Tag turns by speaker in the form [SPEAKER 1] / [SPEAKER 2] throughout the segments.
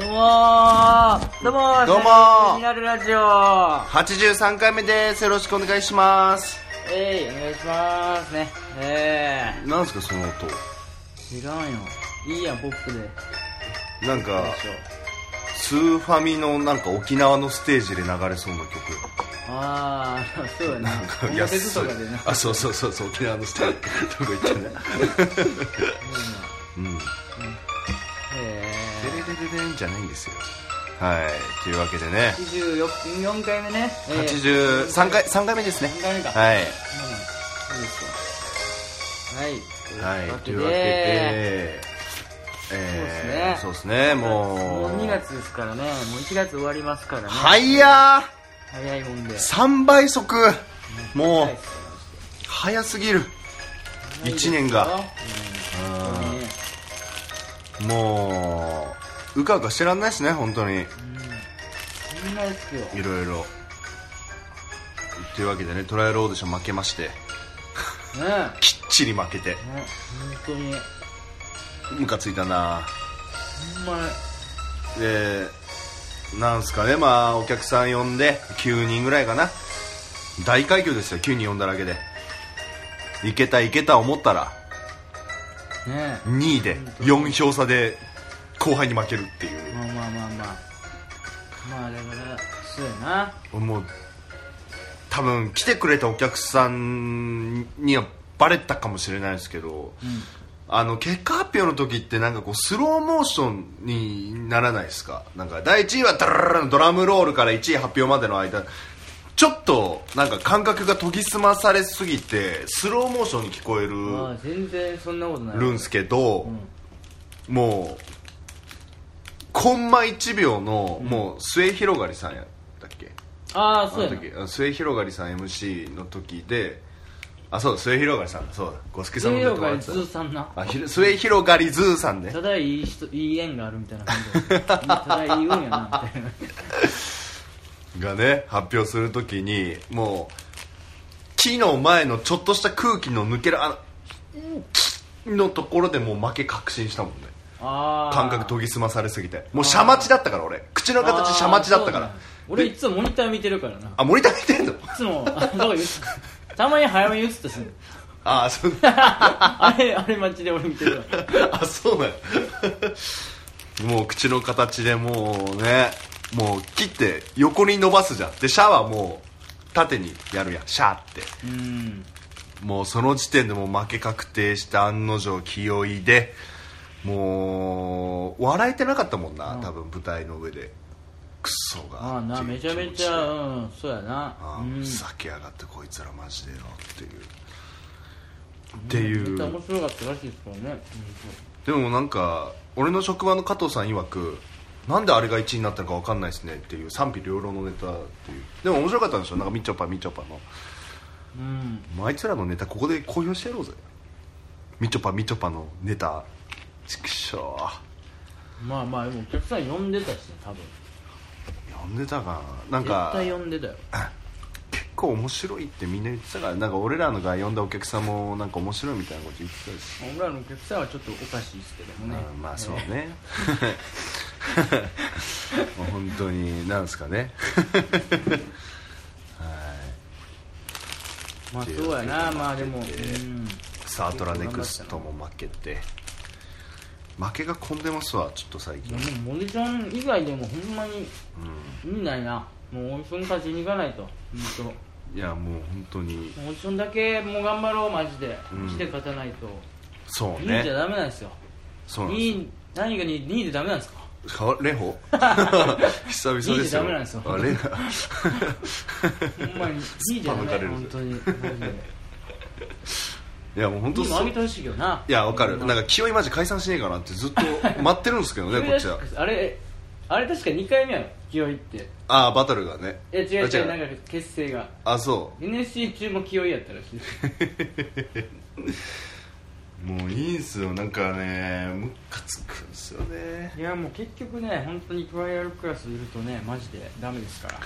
[SPEAKER 1] どうもーどうもー
[SPEAKER 2] どうもー
[SPEAKER 1] になるラジオ
[SPEAKER 2] 83回目ですよろしくお願いします
[SPEAKER 1] えい、お願いしますね。え
[SPEAKER 2] なんですかその音
[SPEAKER 1] ー、いらんよ。いいやん、ポップで。で
[SPEAKER 2] なんか
[SPEAKER 1] しょ。
[SPEAKER 2] スーファミのなんか沖縄のステージで流れそうな曲
[SPEAKER 1] あー、そうやな。
[SPEAKER 2] なんか
[SPEAKER 1] 表
[SPEAKER 2] 安い
[SPEAKER 1] 出とかでな。
[SPEAKER 2] あそうそうそうそう沖縄のステージどこ行ったねうん
[SPEAKER 1] え
[SPEAKER 2] デレデレデンじゃないんですよはいというわけでね
[SPEAKER 1] ー、24回目ね。えー
[SPEAKER 2] 83回3回目ですね
[SPEAKER 1] 三回目か。い。
[SPEAKER 2] はい
[SPEAKER 1] うん、いいですよ。はい。
[SPEAKER 2] はいというわけでえー
[SPEAKER 1] そ
[SPEAKER 2] そう
[SPEAKER 1] っ
[SPEAKER 2] うですね
[SPEAKER 1] も
[SPEAKER 2] も
[SPEAKER 1] う
[SPEAKER 2] う
[SPEAKER 1] 2月ですからね、もう1月終わりますからね。
[SPEAKER 2] 早ー
[SPEAKER 1] 早いもんで。
[SPEAKER 2] 3倍速も
[SPEAKER 1] 早いうっすよ
[SPEAKER 2] 早すぎる
[SPEAKER 1] 早いです
[SPEAKER 2] 1
[SPEAKER 1] よ
[SPEAKER 2] 年が
[SPEAKER 1] うんうんね
[SPEAKER 2] もううかうかしてらんないですね本当に
[SPEAKER 1] みんなですよ。
[SPEAKER 2] いろいろというわけでねトライアルオーディション負けまして
[SPEAKER 1] ねね
[SPEAKER 2] きっちり負けて
[SPEAKER 1] 本当にほ
[SPEAKER 2] ムカついたなん
[SPEAKER 1] まに
[SPEAKER 2] でなんすかねまあお客さん呼んで9人ぐらいかな大快挙ですよ9人呼んだだけでいけたいけた思ったら
[SPEAKER 1] ね
[SPEAKER 2] 2位で4票差で後輩に負けるっていう
[SPEAKER 1] まあまあまあまあまあだからそうやな
[SPEAKER 2] もう多分来てくれたお客さんにはバレたかもしれないですけど、あの結果発表の時ってなんかこうスローモーションにならないですかなんか第1位はダラララのドラムロールから1位発表までの間ちょっとなんか感覚が研ぎ澄まされすぎてスローモーションに聞こえ
[SPEAKER 1] まあ
[SPEAKER 2] る
[SPEAKER 1] 全然そんなことない
[SPEAKER 2] るんすけど、もうコンマ1秒のもう末広がりさんやったっけ、
[SPEAKER 1] ああそう
[SPEAKER 2] あ
[SPEAKER 1] や
[SPEAKER 2] の
[SPEAKER 1] な
[SPEAKER 2] 時あ末広がりさん MC の時であそうだ末広がりさんだそうだ五助さん
[SPEAKER 1] 西
[SPEAKER 2] の
[SPEAKER 1] 洋
[SPEAKER 2] 時も
[SPEAKER 1] が
[SPEAKER 2] ら
[SPEAKER 1] り
[SPEAKER 2] って
[SPEAKER 1] ずさんな
[SPEAKER 2] たあひろ末広がりズーさんね
[SPEAKER 1] ただいい人いい縁があるみたいな感じだったただいい運や なみたいな
[SPEAKER 2] がね発表する時にもう木の前のちょっとした空気の抜けるあののところでもう負け確信したもんね
[SPEAKER 1] ああ
[SPEAKER 2] 感覚研ぎ澄まされすぎてもうシャマチだったから俺口の形シャマチだったから
[SPEAKER 1] あーそうなんや俺いつもモニター見てるからない
[SPEAKER 2] あ森田見てんの
[SPEAKER 1] つもあどう言うたまに早めに映ったし
[SPEAKER 2] ああそう
[SPEAKER 1] あれあれ街で俺見てるわ
[SPEAKER 2] あそうなんやもう口の形でもうねもう切って横に伸ばすじゃんでシャはもう縦にやるやんシャーって
[SPEAKER 1] うん
[SPEAKER 2] もうその時点でもう負け確定した案の定気負いでもう笑えてなかったもんな、多分舞台の上でクソが
[SPEAKER 1] ああなめちゃめち
[SPEAKER 2] 気持で
[SPEAKER 1] ゃうんそうやな
[SPEAKER 2] ああ
[SPEAKER 1] うん
[SPEAKER 2] ふざけやがってこいつらマジでよっていうって
[SPEAKER 1] めっ
[SPEAKER 2] い
[SPEAKER 1] ちゃ
[SPEAKER 2] う
[SPEAKER 1] 面白かったらしいですからね
[SPEAKER 2] でもなんか俺の職場の加藤さん曰くなんであれが1位になったのか分かんないですねっていう賛否両論のネタっていうでも面白かったんでしょなんかみちょぱみちょぱの
[SPEAKER 1] うん
[SPEAKER 2] もうあいつらのネタここで公表してやろうぜみちょぱみちょぱのネタちくしょ
[SPEAKER 1] まあまあでもお客さん呼んでたし多分
[SPEAKER 2] う呼んでたかななん
[SPEAKER 1] 絶
[SPEAKER 2] か
[SPEAKER 1] 対呼んでたよ
[SPEAKER 2] 結構面白いってみんな言ってたからなんか俺らのが呼んだお客さんもなんか面白いみたいなこと言ってたし、
[SPEAKER 1] 俺らのお客さんはちょっとおかしいですけどもね
[SPEAKER 2] うんまあそうね もう本当になんですかねは
[SPEAKER 1] ま
[SPEAKER 2] い
[SPEAKER 1] あそうやなまあでもうん
[SPEAKER 2] えスタートラネクストも負けて負けが混んでますわちょっと最近
[SPEAKER 1] でもモデちゃん以外でもほんまに意味ないなもうオーディション勝ちに行かないと本当も
[SPEAKER 2] いやもう本当に
[SPEAKER 1] うオーディションだけもう頑張ろうマジで
[SPEAKER 2] うん
[SPEAKER 1] して勝たないと
[SPEAKER 2] そう
[SPEAKER 1] 2位じゃ
[SPEAKER 2] ね
[SPEAKER 1] ダメなんですよ
[SPEAKER 2] そうなんで
[SPEAKER 1] 2位何が2位でダメなんですか
[SPEAKER 2] すかレ ホ久々ですよ
[SPEAKER 1] いいじゃダメなんですよ
[SPEAKER 2] あ
[SPEAKER 1] ほん
[SPEAKER 2] れ
[SPEAKER 1] まに2位じゃダメ
[SPEAKER 2] すっぱ抜かれる
[SPEAKER 1] 本当にマジで
[SPEAKER 2] いやもう本当
[SPEAKER 1] 今
[SPEAKER 2] そ
[SPEAKER 1] 上
[SPEAKER 2] う
[SPEAKER 1] げてほしいけどない
[SPEAKER 2] やわかるなんか清いマジ解散しねえかなってずっと待ってるんですけどねこっちは
[SPEAKER 1] あれあれ確か2回目やろ清いって
[SPEAKER 2] ああバトルがね
[SPEAKER 1] え違う違う
[SPEAKER 2] あ
[SPEAKER 1] なんか結成が
[SPEAKER 2] あそ
[SPEAKER 1] NSC 中も清いやったらしいう
[SPEAKER 2] もういいんすよなんかねムカつくんすよね
[SPEAKER 1] いやもう結局ね本当にトライアルクラスいるとねマジでダメですから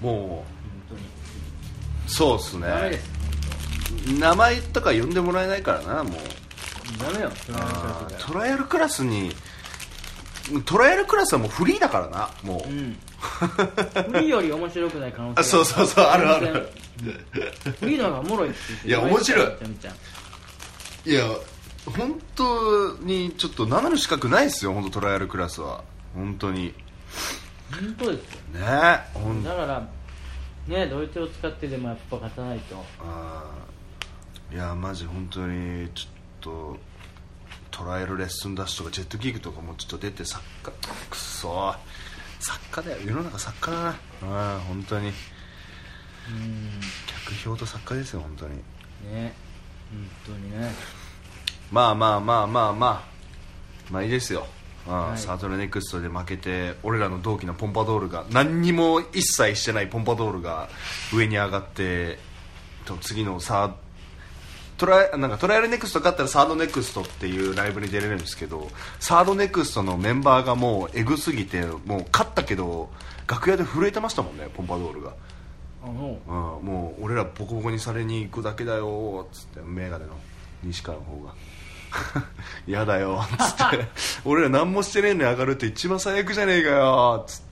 [SPEAKER 1] 本
[SPEAKER 2] も
[SPEAKER 1] 当に
[SPEAKER 2] うそうっすね
[SPEAKER 1] ダメです
[SPEAKER 2] 名前とか呼んでもらえないからなもう
[SPEAKER 1] ダメよトライアルクラス
[SPEAKER 2] トライアルクラスにトライアルクラスはもうフリーだからなも う、
[SPEAKER 1] うんフリーより面白くない可能性
[SPEAKER 2] あそうそうそうあるあ
[SPEAKER 1] 全
[SPEAKER 2] る
[SPEAKER 1] 然フリーの方がおもろいって言って
[SPEAKER 2] いや面白い
[SPEAKER 1] めちゃめちゃ
[SPEAKER 2] いや本当にちょっと斜め資格ないですよ本当トライアルクラスは本当に
[SPEAKER 1] 本当ですよ
[SPEAKER 2] ねほん
[SPEAKER 1] だからねどい手を使ってでもやっぱ勝たないと
[SPEAKER 2] あーいやマジ本当にちょっとトライアルレッスンダッシュとかジェットギグとかもちょっと出て作家くっそ作家だよ世の中作家だなうん本当に
[SPEAKER 1] うん
[SPEAKER 2] 客票と作家ですよ本当に
[SPEAKER 1] ね本当にね
[SPEAKER 2] まあまあまあまあまあまあいいですよ、うん
[SPEAKER 1] はい
[SPEAKER 2] サートルネクストで負けて俺らの同期のポンパドールが何にも一切してないポンパドールが上に上がってと次のサートライなんかトライアルネクスト勝ったらサードネクストっていうライブに出れるんですけどサードネクストのメンバーがもうエグすぎてもう勝ったけど楽屋で震えてましたもんねポンパドールが。
[SPEAKER 1] あの
[SPEAKER 2] うん、もう俺らボコボコにされに行くだけだよっつってメガネの西川の方が 「嫌だよ」っつって「俺ら何もしてねえのに上がるって一番最悪じゃねえかよ」っつ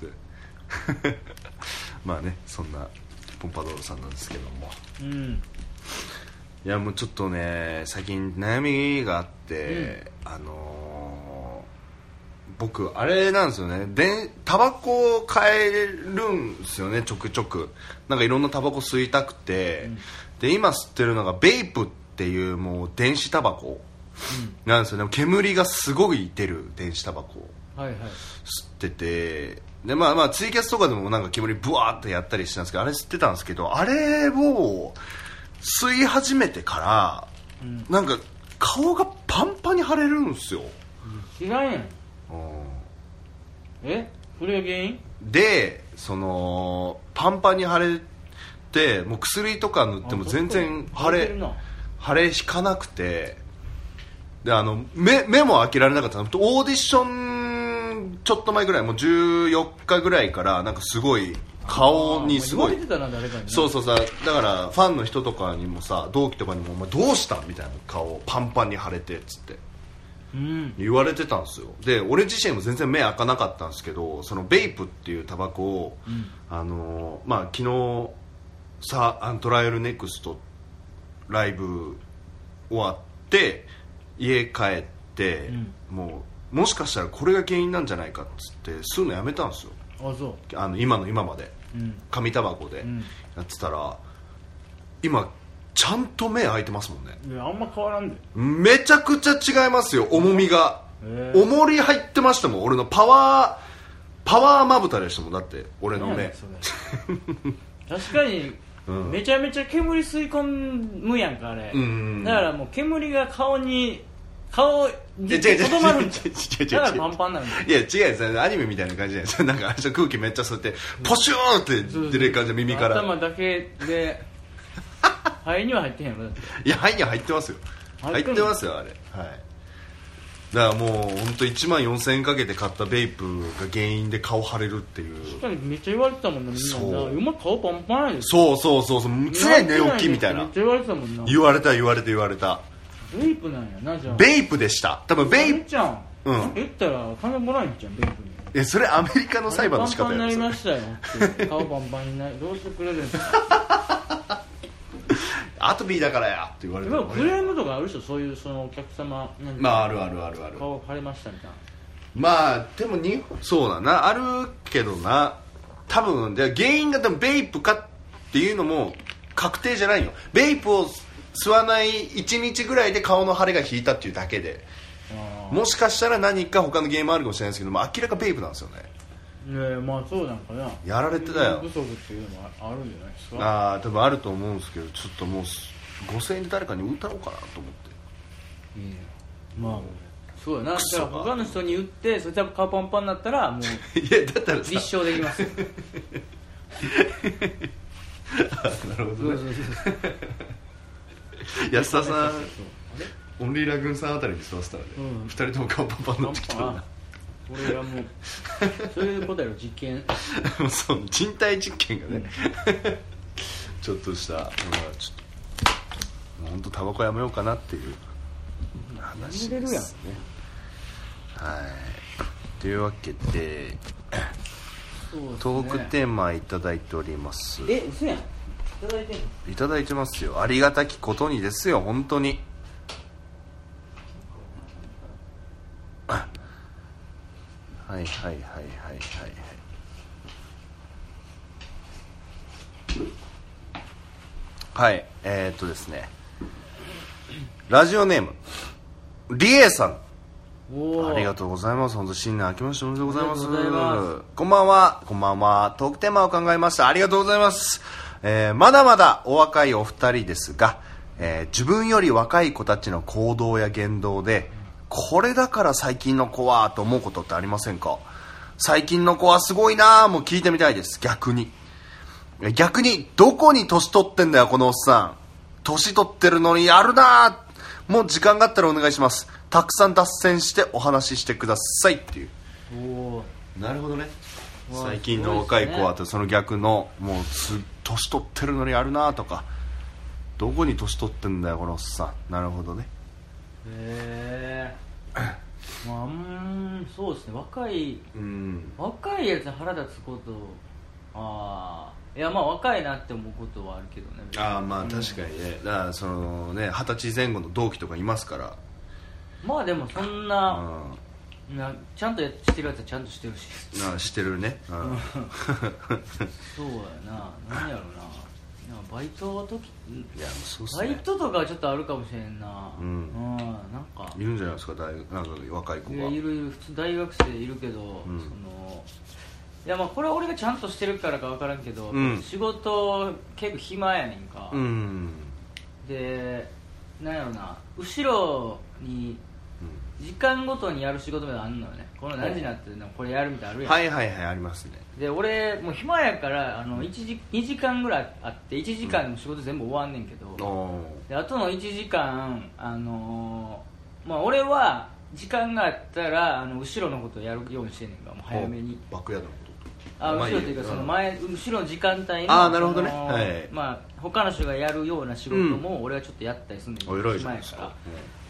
[SPEAKER 2] って まあねそんなポンパドールさんなんですけども
[SPEAKER 1] うん
[SPEAKER 2] いやもうちょっとね最近悩みがあって、あのー僕あれなんですよねでタバコを買えるんですよねちょくちょくなんかいろんなタバコ吸いたくて、で今吸ってるのがベイプっていうもう電子タバコなんですよね煙がすごい出る電子タバコ
[SPEAKER 1] はいはい
[SPEAKER 2] 吸っててでまあまあツイキャスとかでもなんか煙ブワーってやったりしてたんですけどあれ吸ってたんですけどあれを吸い始めてから
[SPEAKER 1] うん
[SPEAKER 2] なんか顔がパンパンに腫れるんですよ、
[SPEAKER 1] 知らんやん
[SPEAKER 2] う
[SPEAKER 1] えそれが原因
[SPEAKER 2] ん、でそのパンパンに腫れてもう薬とか塗っても全然
[SPEAKER 1] あ
[SPEAKER 2] 腫
[SPEAKER 1] ちょっと似て
[SPEAKER 2] れ
[SPEAKER 1] るな
[SPEAKER 2] 腫れ引かなくてであの目目も開けられなかったのオーディションちょっと前ぐらいもう14日ぐらいからなんかすごい顔にすご
[SPEAKER 1] あ
[SPEAKER 2] い
[SPEAKER 1] ー言われてたな誰かにね
[SPEAKER 2] そうそうさだからファンの人とかにもさ同期とかにも「お前どうした?」みたいな顔パンパンに腫れてっつって
[SPEAKER 1] うん
[SPEAKER 2] 言われてたんですよで俺自身も全然目開かなかったんですけどそのベイプっていうタバコを、
[SPEAKER 1] ん
[SPEAKER 2] あのーまあ昨日さあのトライアルネクストライブ終わって家帰って、
[SPEAKER 1] うん
[SPEAKER 2] もうもしかしたらこれが原因なんじゃないかっつって吸うのやめたんですよ
[SPEAKER 1] あそ
[SPEAKER 2] あの今の今まで
[SPEAKER 1] ううん
[SPEAKER 2] 紙タバコで
[SPEAKER 1] うん
[SPEAKER 2] やってたら今ちゃんと目開いてますもんね
[SPEAKER 1] いやあんま変わらんで
[SPEAKER 2] めちゃくちゃ違いますよ重みが
[SPEAKER 1] へえ
[SPEAKER 2] 重り入ってましたもん俺のパワーパワーまぶたでしたもんだって俺の
[SPEAKER 1] 何や
[SPEAKER 2] 目
[SPEAKER 1] ねんそれ確かに、
[SPEAKER 2] うん
[SPEAKER 1] めちゃめちゃ煙吸い込むやんかあれ、
[SPEAKER 2] うんうんうん
[SPEAKER 1] だからもう煙が顔に顔に
[SPEAKER 2] いや違う 違う
[SPEAKER 1] とどまるんじ
[SPEAKER 2] 違う違う違う違う
[SPEAKER 1] ゃんだからパンパンなんだよ
[SPEAKER 2] いや違うですアニメみたいな感じじゃない ですかなんかあれ空気めっちゃ吸ってポシューンって出る感じ耳から
[SPEAKER 1] 頭だけで肺には入ってへんよだって
[SPEAKER 2] いや肺には入ってますよ入
[SPEAKER 1] 入
[SPEAKER 2] っ
[SPEAKER 1] っててんの
[SPEAKER 2] ますよあれはいだからもう本当1万4000円かけて買ったベイプが原因で顔腫れるっていう
[SPEAKER 1] 確かにめっちゃ言われてたもんなみんな
[SPEAKER 2] そう
[SPEAKER 1] なお前顔パンパンやで
[SPEAKER 2] そうそうそうそう常に寝起きみたい
[SPEAKER 1] めっ
[SPEAKER 2] な
[SPEAKER 1] ちゃ言われてたもんな
[SPEAKER 2] 言われた言われた言われた
[SPEAKER 1] ベイプなんやなじゃあ
[SPEAKER 2] ベイプでした多分ベイ
[SPEAKER 1] イちゃん、
[SPEAKER 2] うん
[SPEAKER 1] 言ったら金もらえんじゃんベイプに
[SPEAKER 2] えそれアメリカの裁判の仕方
[SPEAKER 1] パンパンに
[SPEAKER 2] や
[SPEAKER 1] なりま
[SPEAKER 2] つ
[SPEAKER 1] したよって顔パンパンになりどうしてくれるんですか
[SPEAKER 2] アトピーだからやって言われ
[SPEAKER 1] で
[SPEAKER 2] るの
[SPEAKER 1] も
[SPEAKER 2] ね
[SPEAKER 1] クレームとかあるでしょそういうそのお客様何
[SPEAKER 2] まああるあるあるある
[SPEAKER 1] 顔腫れましたみたいな
[SPEAKER 2] まあでもにそうだなあるけどな多分で原因が多分ベイプかっていうのも確定じゃないよベイプを吸わない1日ぐらいで顔の腫れが引いたっていうだけで
[SPEAKER 1] あ
[SPEAKER 2] もしかしたら何か他の原因もあるかもしれないですけども明らかベイプなんですよね
[SPEAKER 1] あねえまあそうなんかな
[SPEAKER 2] やられてたよ
[SPEAKER 1] 不足っていうのはあるんじゃないですか
[SPEAKER 2] ああ多分あると思うんですけどちょっともう5000円で誰かに歌おうかなと思って
[SPEAKER 1] いいよまあそうやな
[SPEAKER 2] クソ
[SPEAKER 1] だか
[SPEAKER 2] が
[SPEAKER 1] ら他の人に言ってそいつは顔パンパンになった らもう
[SPEAKER 2] いやだったらさ
[SPEAKER 1] 立証できますよ
[SPEAKER 2] なるほ
[SPEAKER 1] そ
[SPEAKER 2] ど
[SPEAKER 1] う
[SPEAKER 2] ね
[SPEAKER 1] そうそう
[SPEAKER 2] 安田さん
[SPEAKER 1] そうそうそう
[SPEAKER 2] オンリーラグーンさんあたりに座ってたらね、
[SPEAKER 1] うん
[SPEAKER 2] 二人とも顔パンパンになってきた
[SPEAKER 1] あ
[SPEAKER 2] な
[SPEAKER 1] 俺はもうそういうことやろ実験
[SPEAKER 2] もう そう人体実験がね、 ちょっとしたまあちょっともう本当タバコやめようかなっていう話
[SPEAKER 1] や
[SPEAKER 2] ですね
[SPEAKER 1] めれるやん
[SPEAKER 2] はいとというわけで
[SPEAKER 1] そうですね
[SPEAKER 2] トークテーマいただいております
[SPEAKER 1] え嘘やんいただいてんの
[SPEAKER 2] いただいてますよありがたきことにですよ本当にあはいはいはいはいはいはいはいえー、っとですねラジオネームリエさん
[SPEAKER 1] おお
[SPEAKER 2] ありがとうございます。本当新年明けましておめでとうございます。
[SPEAKER 1] ありがとうございま
[SPEAKER 2] こんばんは。こんばんは。トークテーマを考えました。ありがとうございます。えーまだまだお若いお二人ですが、えー自分より若い子たちの行動や言動で、これだから最近の子はと思うことってありませんか最近の子はすごいなぁもう聞いてみたいです。逆に。逆にどこに年取ってんだよこのおっさん年取ってるのにやるなーもう時間があったらお願いしますたくさん脱線してお話ししてくださいっていう
[SPEAKER 1] おお
[SPEAKER 2] なるほどね
[SPEAKER 1] うわ
[SPEAKER 2] 最近の若い子はその逆のもうす年取ってるのにやるなーとかどこに年取ってんだよこのおっさんなるほどね
[SPEAKER 1] へえまあうーんそうですね若い
[SPEAKER 2] うん
[SPEAKER 1] 若いやつに腹立つことああいやまあ若いなって思うことはあるけどね
[SPEAKER 2] ああまあ確かにねだからそのね二十歳前後の同期とかいますから
[SPEAKER 1] まあでもそん
[SPEAKER 2] う
[SPEAKER 1] な,、
[SPEAKER 2] ん
[SPEAKER 1] なちゃんとやってるやつはちゃんとしてるし
[SPEAKER 2] なあしてるね、 うん、
[SPEAKER 1] そうやな何やろうななんかバイトの時
[SPEAKER 2] いやもうそうっす
[SPEAKER 1] バ
[SPEAKER 2] ね
[SPEAKER 1] イトとかはちょっとあるかもしれんな
[SPEAKER 2] うん
[SPEAKER 1] なんか
[SPEAKER 2] いるんじゃないですか大学なんか若い子
[SPEAKER 1] い
[SPEAKER 2] が
[SPEAKER 1] やいるいる普通大学生いるけど、
[SPEAKER 2] ん
[SPEAKER 1] そのいやまあこれは俺がちゃんとしてるからか分からんけど、
[SPEAKER 2] うん
[SPEAKER 1] 仕事結構暇やねんか、
[SPEAKER 2] うん
[SPEAKER 1] でなんやろな後ろに時間ごとにやる仕事みたいなのあんのよねこの何時になってるのこれやるみたいなのあるやん、
[SPEAKER 2] はいはいはいありますね
[SPEAKER 1] で俺もう暇やからあの1時2時間ぐらいあって1時間でも仕事全部終わんねんけど、
[SPEAKER 2] おお
[SPEAKER 1] であとの1時間あのーまあ俺は時間があったらあの後ろのことやるようにしてんねんかもう早めに
[SPEAKER 2] バックヤードのこと
[SPEAKER 1] あ
[SPEAKER 2] ま
[SPEAKER 1] 後ろっていうか
[SPEAKER 2] ん
[SPEAKER 1] その前後ろの時間帯の
[SPEAKER 2] あーなるほどね
[SPEAKER 1] その
[SPEAKER 2] はい
[SPEAKER 1] まあ他の人がやるような仕事も俺はちょっとやったりするんだけ
[SPEAKER 2] お
[SPEAKER 1] ど
[SPEAKER 2] 偉いじゃ
[SPEAKER 1] 暇
[SPEAKER 2] ない
[SPEAKER 1] や
[SPEAKER 2] です
[SPEAKER 1] か、
[SPEAKER 2] か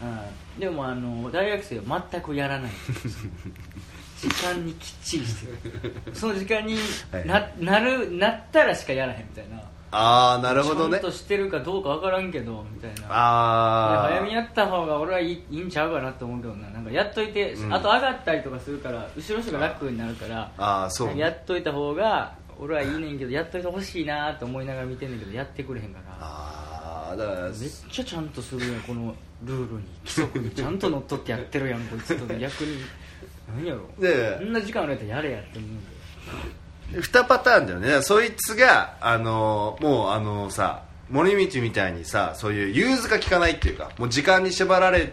[SPEAKER 2] ら
[SPEAKER 1] うん、でもあの大学生は全くやらない 時間にきっちりしてるその時間にな,、
[SPEAKER 2] はい
[SPEAKER 1] なるなったらしかやらへんみたいな
[SPEAKER 2] ああなるほどね
[SPEAKER 1] ちゃんとしてるかどうかわからんけどみたいな
[SPEAKER 2] ああ
[SPEAKER 1] 早めにやった方が俺はいいいいんちゃうかなと思うけどななんかやっといて、
[SPEAKER 2] うん
[SPEAKER 1] あと上がったりとかするから後ろの人が楽になるから
[SPEAKER 2] ああそう
[SPEAKER 1] やっといた方が俺はいいねんけどやっといてほしいなと思いながら見てんねんけどやってくれへんから
[SPEAKER 2] ああだから
[SPEAKER 1] めっちゃちゃんとするやんこのルールに規則にちゃんと乗っとってやってるやんこいつと逆に何やろ
[SPEAKER 2] で
[SPEAKER 1] こんな時間あるやったらやれやって思うんだよ
[SPEAKER 2] 2パターンだよねだからそいつがあのーもうあのーさ森道みたいにさそういう融通が利かないっていうかもう時間に縛られ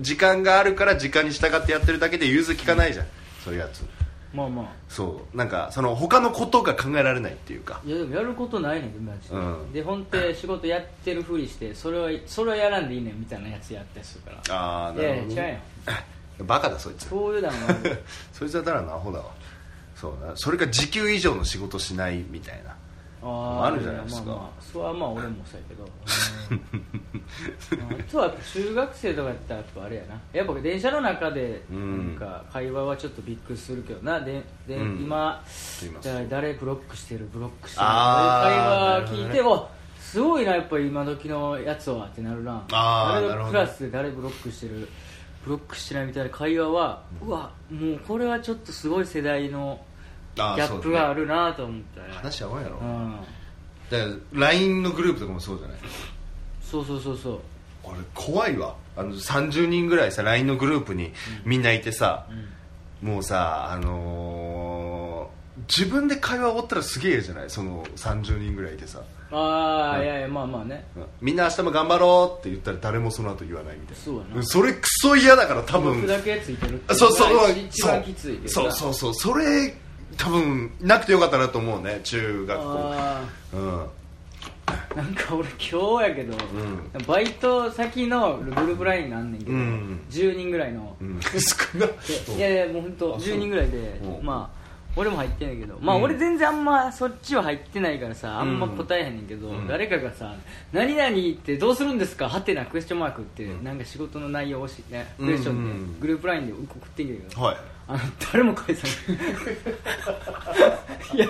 [SPEAKER 2] 時間があるから時間に従ってやってるだけで融通利かないじゃんそういうやつ
[SPEAKER 1] まあまあ
[SPEAKER 2] そうなんかその他のことが考えられないっていうか
[SPEAKER 1] いやでもやることないねんマジで、
[SPEAKER 2] うん
[SPEAKER 1] で本当仕事やってるふりしてそれはそれはやらんでいいねんみたいなやつやったりするから
[SPEAKER 2] ああ
[SPEAKER 1] い
[SPEAKER 2] な
[SPEAKER 1] やいや
[SPEAKER 2] るほ
[SPEAKER 1] 違
[SPEAKER 2] ど
[SPEAKER 1] う
[SPEAKER 2] ね、
[SPEAKER 1] やん
[SPEAKER 2] バカだそいつ
[SPEAKER 1] そういうのは
[SPEAKER 2] そいつはただのアホだわそうだなそれか時給以上の仕事しないみたいな
[SPEAKER 1] あー
[SPEAKER 2] あるじゃないですか
[SPEAKER 1] まあまあそれはまあ俺もそうやけどうんあとはやっぱ中学生とかやったらやっぱあれやなやっぱ電車の中でなんか会話はちょっとびっくりするけどなでで、
[SPEAKER 2] うん
[SPEAKER 1] 今
[SPEAKER 2] すいません
[SPEAKER 1] だ誰ブロックしてるブロックしてる
[SPEAKER 2] あー
[SPEAKER 1] そういう会話聞い
[SPEAKER 2] な
[SPEAKER 1] て、
[SPEAKER 2] る
[SPEAKER 1] おすごいなやっぱ今時のやつはってなるな
[SPEAKER 2] あー
[SPEAKER 1] 誰
[SPEAKER 2] なる
[SPEAKER 1] の
[SPEAKER 2] ほ
[SPEAKER 1] ク
[SPEAKER 2] ど
[SPEAKER 1] ラスで誰ブロックしてるブロックしてないみたいな会話は、うわもうこれはちょっとすごい世代のギ
[SPEAKER 2] あー
[SPEAKER 1] ャップがあるなと思ったよ
[SPEAKER 2] 話合わんやろ、
[SPEAKER 1] うん
[SPEAKER 2] だから LINE のグループとかもそうじゃない
[SPEAKER 1] そうそうそうそう
[SPEAKER 2] 俺怖いわあの30人ぐらいさ LINE のグループにみんないてさ、もうさあのー自分で会話終わったらすげえじゃないその30人ぐらいいてさ
[SPEAKER 1] ああ、
[SPEAKER 2] うん
[SPEAKER 1] いやいやまあまあね
[SPEAKER 2] うんみんな明日も頑張ろうって言ったら誰もその後言わないみたいな
[SPEAKER 1] そうやな
[SPEAKER 2] うんそれクソ嫌だから多
[SPEAKER 1] 記録
[SPEAKER 2] 分
[SPEAKER 1] だけついてるってい
[SPEAKER 2] そうそう
[SPEAKER 1] のが
[SPEAKER 2] そう
[SPEAKER 1] 一番きついけどな
[SPEAKER 2] そうそうそうそれ多分なくてよかったなと思うね中学校
[SPEAKER 1] あ
[SPEAKER 2] うん
[SPEAKER 1] ーなんか俺今日やけど、
[SPEAKER 2] ん
[SPEAKER 1] バイト先のグループラインがあんねんけど、
[SPEAKER 2] うん
[SPEAKER 1] 10人ぐらいの、
[SPEAKER 2] うん少な
[SPEAKER 1] でいやいやもう本当
[SPEAKER 2] あそう
[SPEAKER 1] 10人ぐらいで
[SPEAKER 2] うん
[SPEAKER 1] まあ俺も入ってないけどまあ
[SPEAKER 2] うん
[SPEAKER 1] 俺全然あんまそっちは入ってないからさあんま
[SPEAKER 2] うん
[SPEAKER 1] 答えへんねんけど、
[SPEAKER 2] うん
[SPEAKER 1] 誰かがさ「何々ってどうするんですか?」はてなクエスチョンマークって、なんか仕事の内容をし、ね、クエスチョン
[SPEAKER 2] うんうんう
[SPEAKER 1] で
[SPEAKER 2] ん
[SPEAKER 1] グループラインで送ってんけど、
[SPEAKER 2] はい
[SPEAKER 1] あの誰も 返さないいや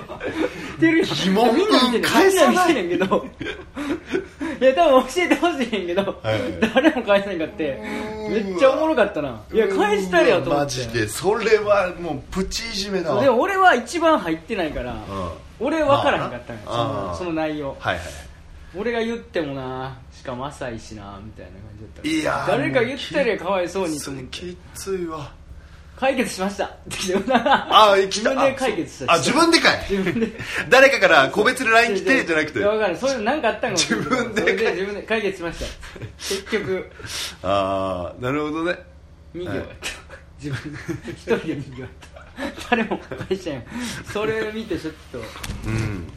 [SPEAKER 1] てるよ
[SPEAKER 2] 疑問
[SPEAKER 1] みんな見てる
[SPEAKER 2] 返さない
[SPEAKER 1] みんな見てるけどいや多分教えてほしいねんけど、
[SPEAKER 2] はいはい
[SPEAKER 1] 誰も返さないかってめっちゃおもろかったないや返したれよと思って
[SPEAKER 2] マジでそれはもうプチいじめだわ
[SPEAKER 1] でも俺は一番入ってないから、
[SPEAKER 2] うん
[SPEAKER 1] 俺分からへんかったんよ、
[SPEAKER 2] まあなあー
[SPEAKER 1] そのその内容
[SPEAKER 2] はいはい
[SPEAKER 1] 俺が言ってもなしかも浅いしなみたいな感じだったから
[SPEAKER 2] いや
[SPEAKER 1] 誰
[SPEAKER 2] ー
[SPEAKER 1] か言ったりかわいそうにと思って
[SPEAKER 2] きついわ
[SPEAKER 1] 解決しましたって言ってな
[SPEAKER 2] ああ来
[SPEAKER 1] 自
[SPEAKER 2] た
[SPEAKER 1] 分で解決した
[SPEAKER 2] あ自分でかい
[SPEAKER 1] 自分で
[SPEAKER 2] 誰かから個別で LINE 来てじゃなくて
[SPEAKER 1] 分かるそういうのなんかあったんかもしれんけど
[SPEAKER 2] 自分で
[SPEAKER 1] それで自分で解決しました結局
[SPEAKER 2] ああなるほどね
[SPEAKER 1] 2行やった、自分で一人で2行やった誰も返してんそれ見てちょっと
[SPEAKER 2] うん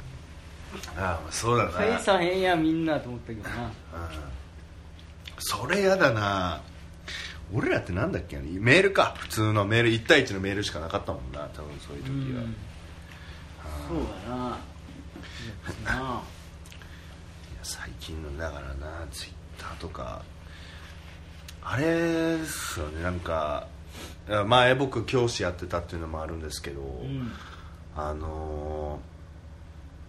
[SPEAKER 2] ああそうだな
[SPEAKER 1] 返さへんやんみんなと思ったけどな
[SPEAKER 2] それやだな俺らってなんだっけメールか普通のメール1対1のメールしかなかったもんな多分そういう
[SPEAKER 1] う
[SPEAKER 2] 時は、
[SPEAKER 1] んそうやなやっぱな
[SPEAKER 2] 最近のだからなツイッターとかあれですよねなんか前僕教師やってたっていうのもあるんですけど、
[SPEAKER 1] うん
[SPEAKER 2] あのー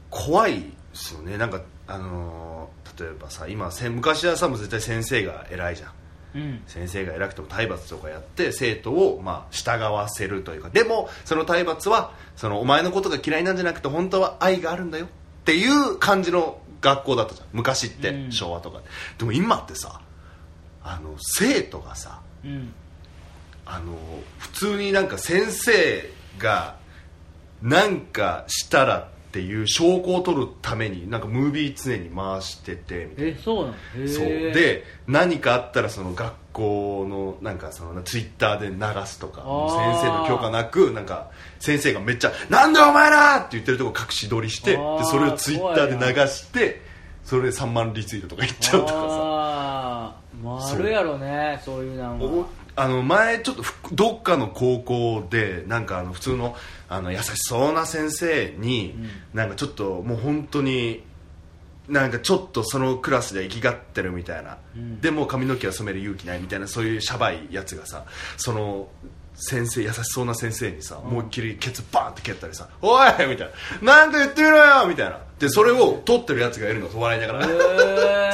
[SPEAKER 2] 怖いですよねなんかあのー例えばさ今せん昔はさもう絶対先生が偉いじゃん
[SPEAKER 1] うん
[SPEAKER 2] 先生が偉くても体罰とかやって生徒をまあ従わせるというかでもその体罰はそのお前のことが嫌いなんじゃなくて本当は愛があるんだよっていう感じの学校だったじゃん昔って、
[SPEAKER 1] うん
[SPEAKER 2] 昭和とかでも今ってさあの生徒がさ
[SPEAKER 1] うん
[SPEAKER 2] あの普通になんか先生がなんかしたらっていう証拠を取るためになんかムービー常に回しててみたいな
[SPEAKER 1] えそうなのへー
[SPEAKER 2] そうで何かあったらその学校のなんかそのツイッターで流すとか
[SPEAKER 1] あー
[SPEAKER 2] 先生の許可なくなんか先生がめっちゃ「なんだお前ら!」って言ってるとこ隠し撮りして
[SPEAKER 1] あ
[SPEAKER 2] で
[SPEAKER 1] ー
[SPEAKER 2] それをツイッターで流してそれで3万リツイートとかいっちゃうとか
[SPEAKER 1] あーまああるやろねそういうなん
[SPEAKER 2] さ
[SPEAKER 1] は
[SPEAKER 2] おあの前ちょっとふどっかの高校でなんかあの普通のあの優しそうな先生になんかちょっともう本当になんかちょっとそのクラスで生きがってるみたいな、
[SPEAKER 1] うん
[SPEAKER 2] でもう髪の毛は染める勇気ないみたいなそういうシャバいやつがさその先生優しそうな先生にさ、思いっきりケツバーンって蹴ったりさ「おい!」みたいな「なんか言ってみろよ!」みたいなでそれを撮ってるやつがいるのと笑いながら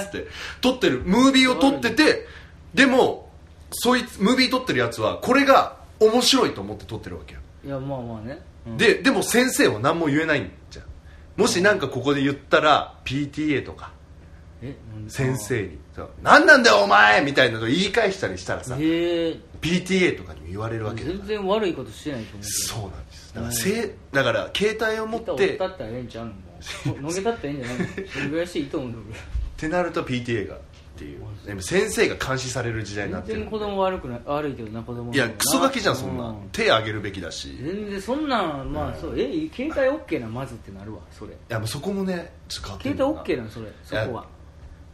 [SPEAKER 1] へ
[SPEAKER 2] つって撮ってるムービーを撮っててでもそいつムービー撮ってるやつはこれが面白いと思って撮ってるわけよ
[SPEAKER 1] ーいやまあまあね、うん
[SPEAKER 2] ででも先生は何も言えないんじゃんもしなんかここで言ったら PTA とか
[SPEAKER 1] えなんで
[SPEAKER 2] 先生に「何なんだよお前!」みたいなのを言い返したりしたらさ
[SPEAKER 1] へえ
[SPEAKER 2] PTA とかにも言われるわけだ
[SPEAKER 1] 全
[SPEAKER 2] から
[SPEAKER 1] 然悪いことしてないと思う
[SPEAKER 2] そうなんですだからせだから携帯を持
[SPEAKER 1] けど
[SPEAKER 2] っ
[SPEAKER 1] 板折
[SPEAKER 2] て
[SPEAKER 1] ったったらええんちゃうのもうのげたったらええんじゃないのそれぐらいしていいと思う よ
[SPEAKER 2] ってなると PTA がっていうでも先生が監視される時代にな
[SPEAKER 1] 俺
[SPEAKER 2] って
[SPEAKER 1] 全
[SPEAKER 2] る
[SPEAKER 1] 然子供悪くない悪いけどな子供の方
[SPEAKER 2] い
[SPEAKER 1] が
[SPEAKER 2] やクソガキじゃんそんな、
[SPEAKER 1] う
[SPEAKER 2] 手あげるべきだしい
[SPEAKER 1] 全然そんなんまあそうえ携帯 OK なまずってなるわそれ
[SPEAKER 2] やもうそこもねちょっと変わってん
[SPEAKER 1] 携
[SPEAKER 2] の
[SPEAKER 1] 帯
[SPEAKER 2] かな
[SPEAKER 1] OK なのそれそこは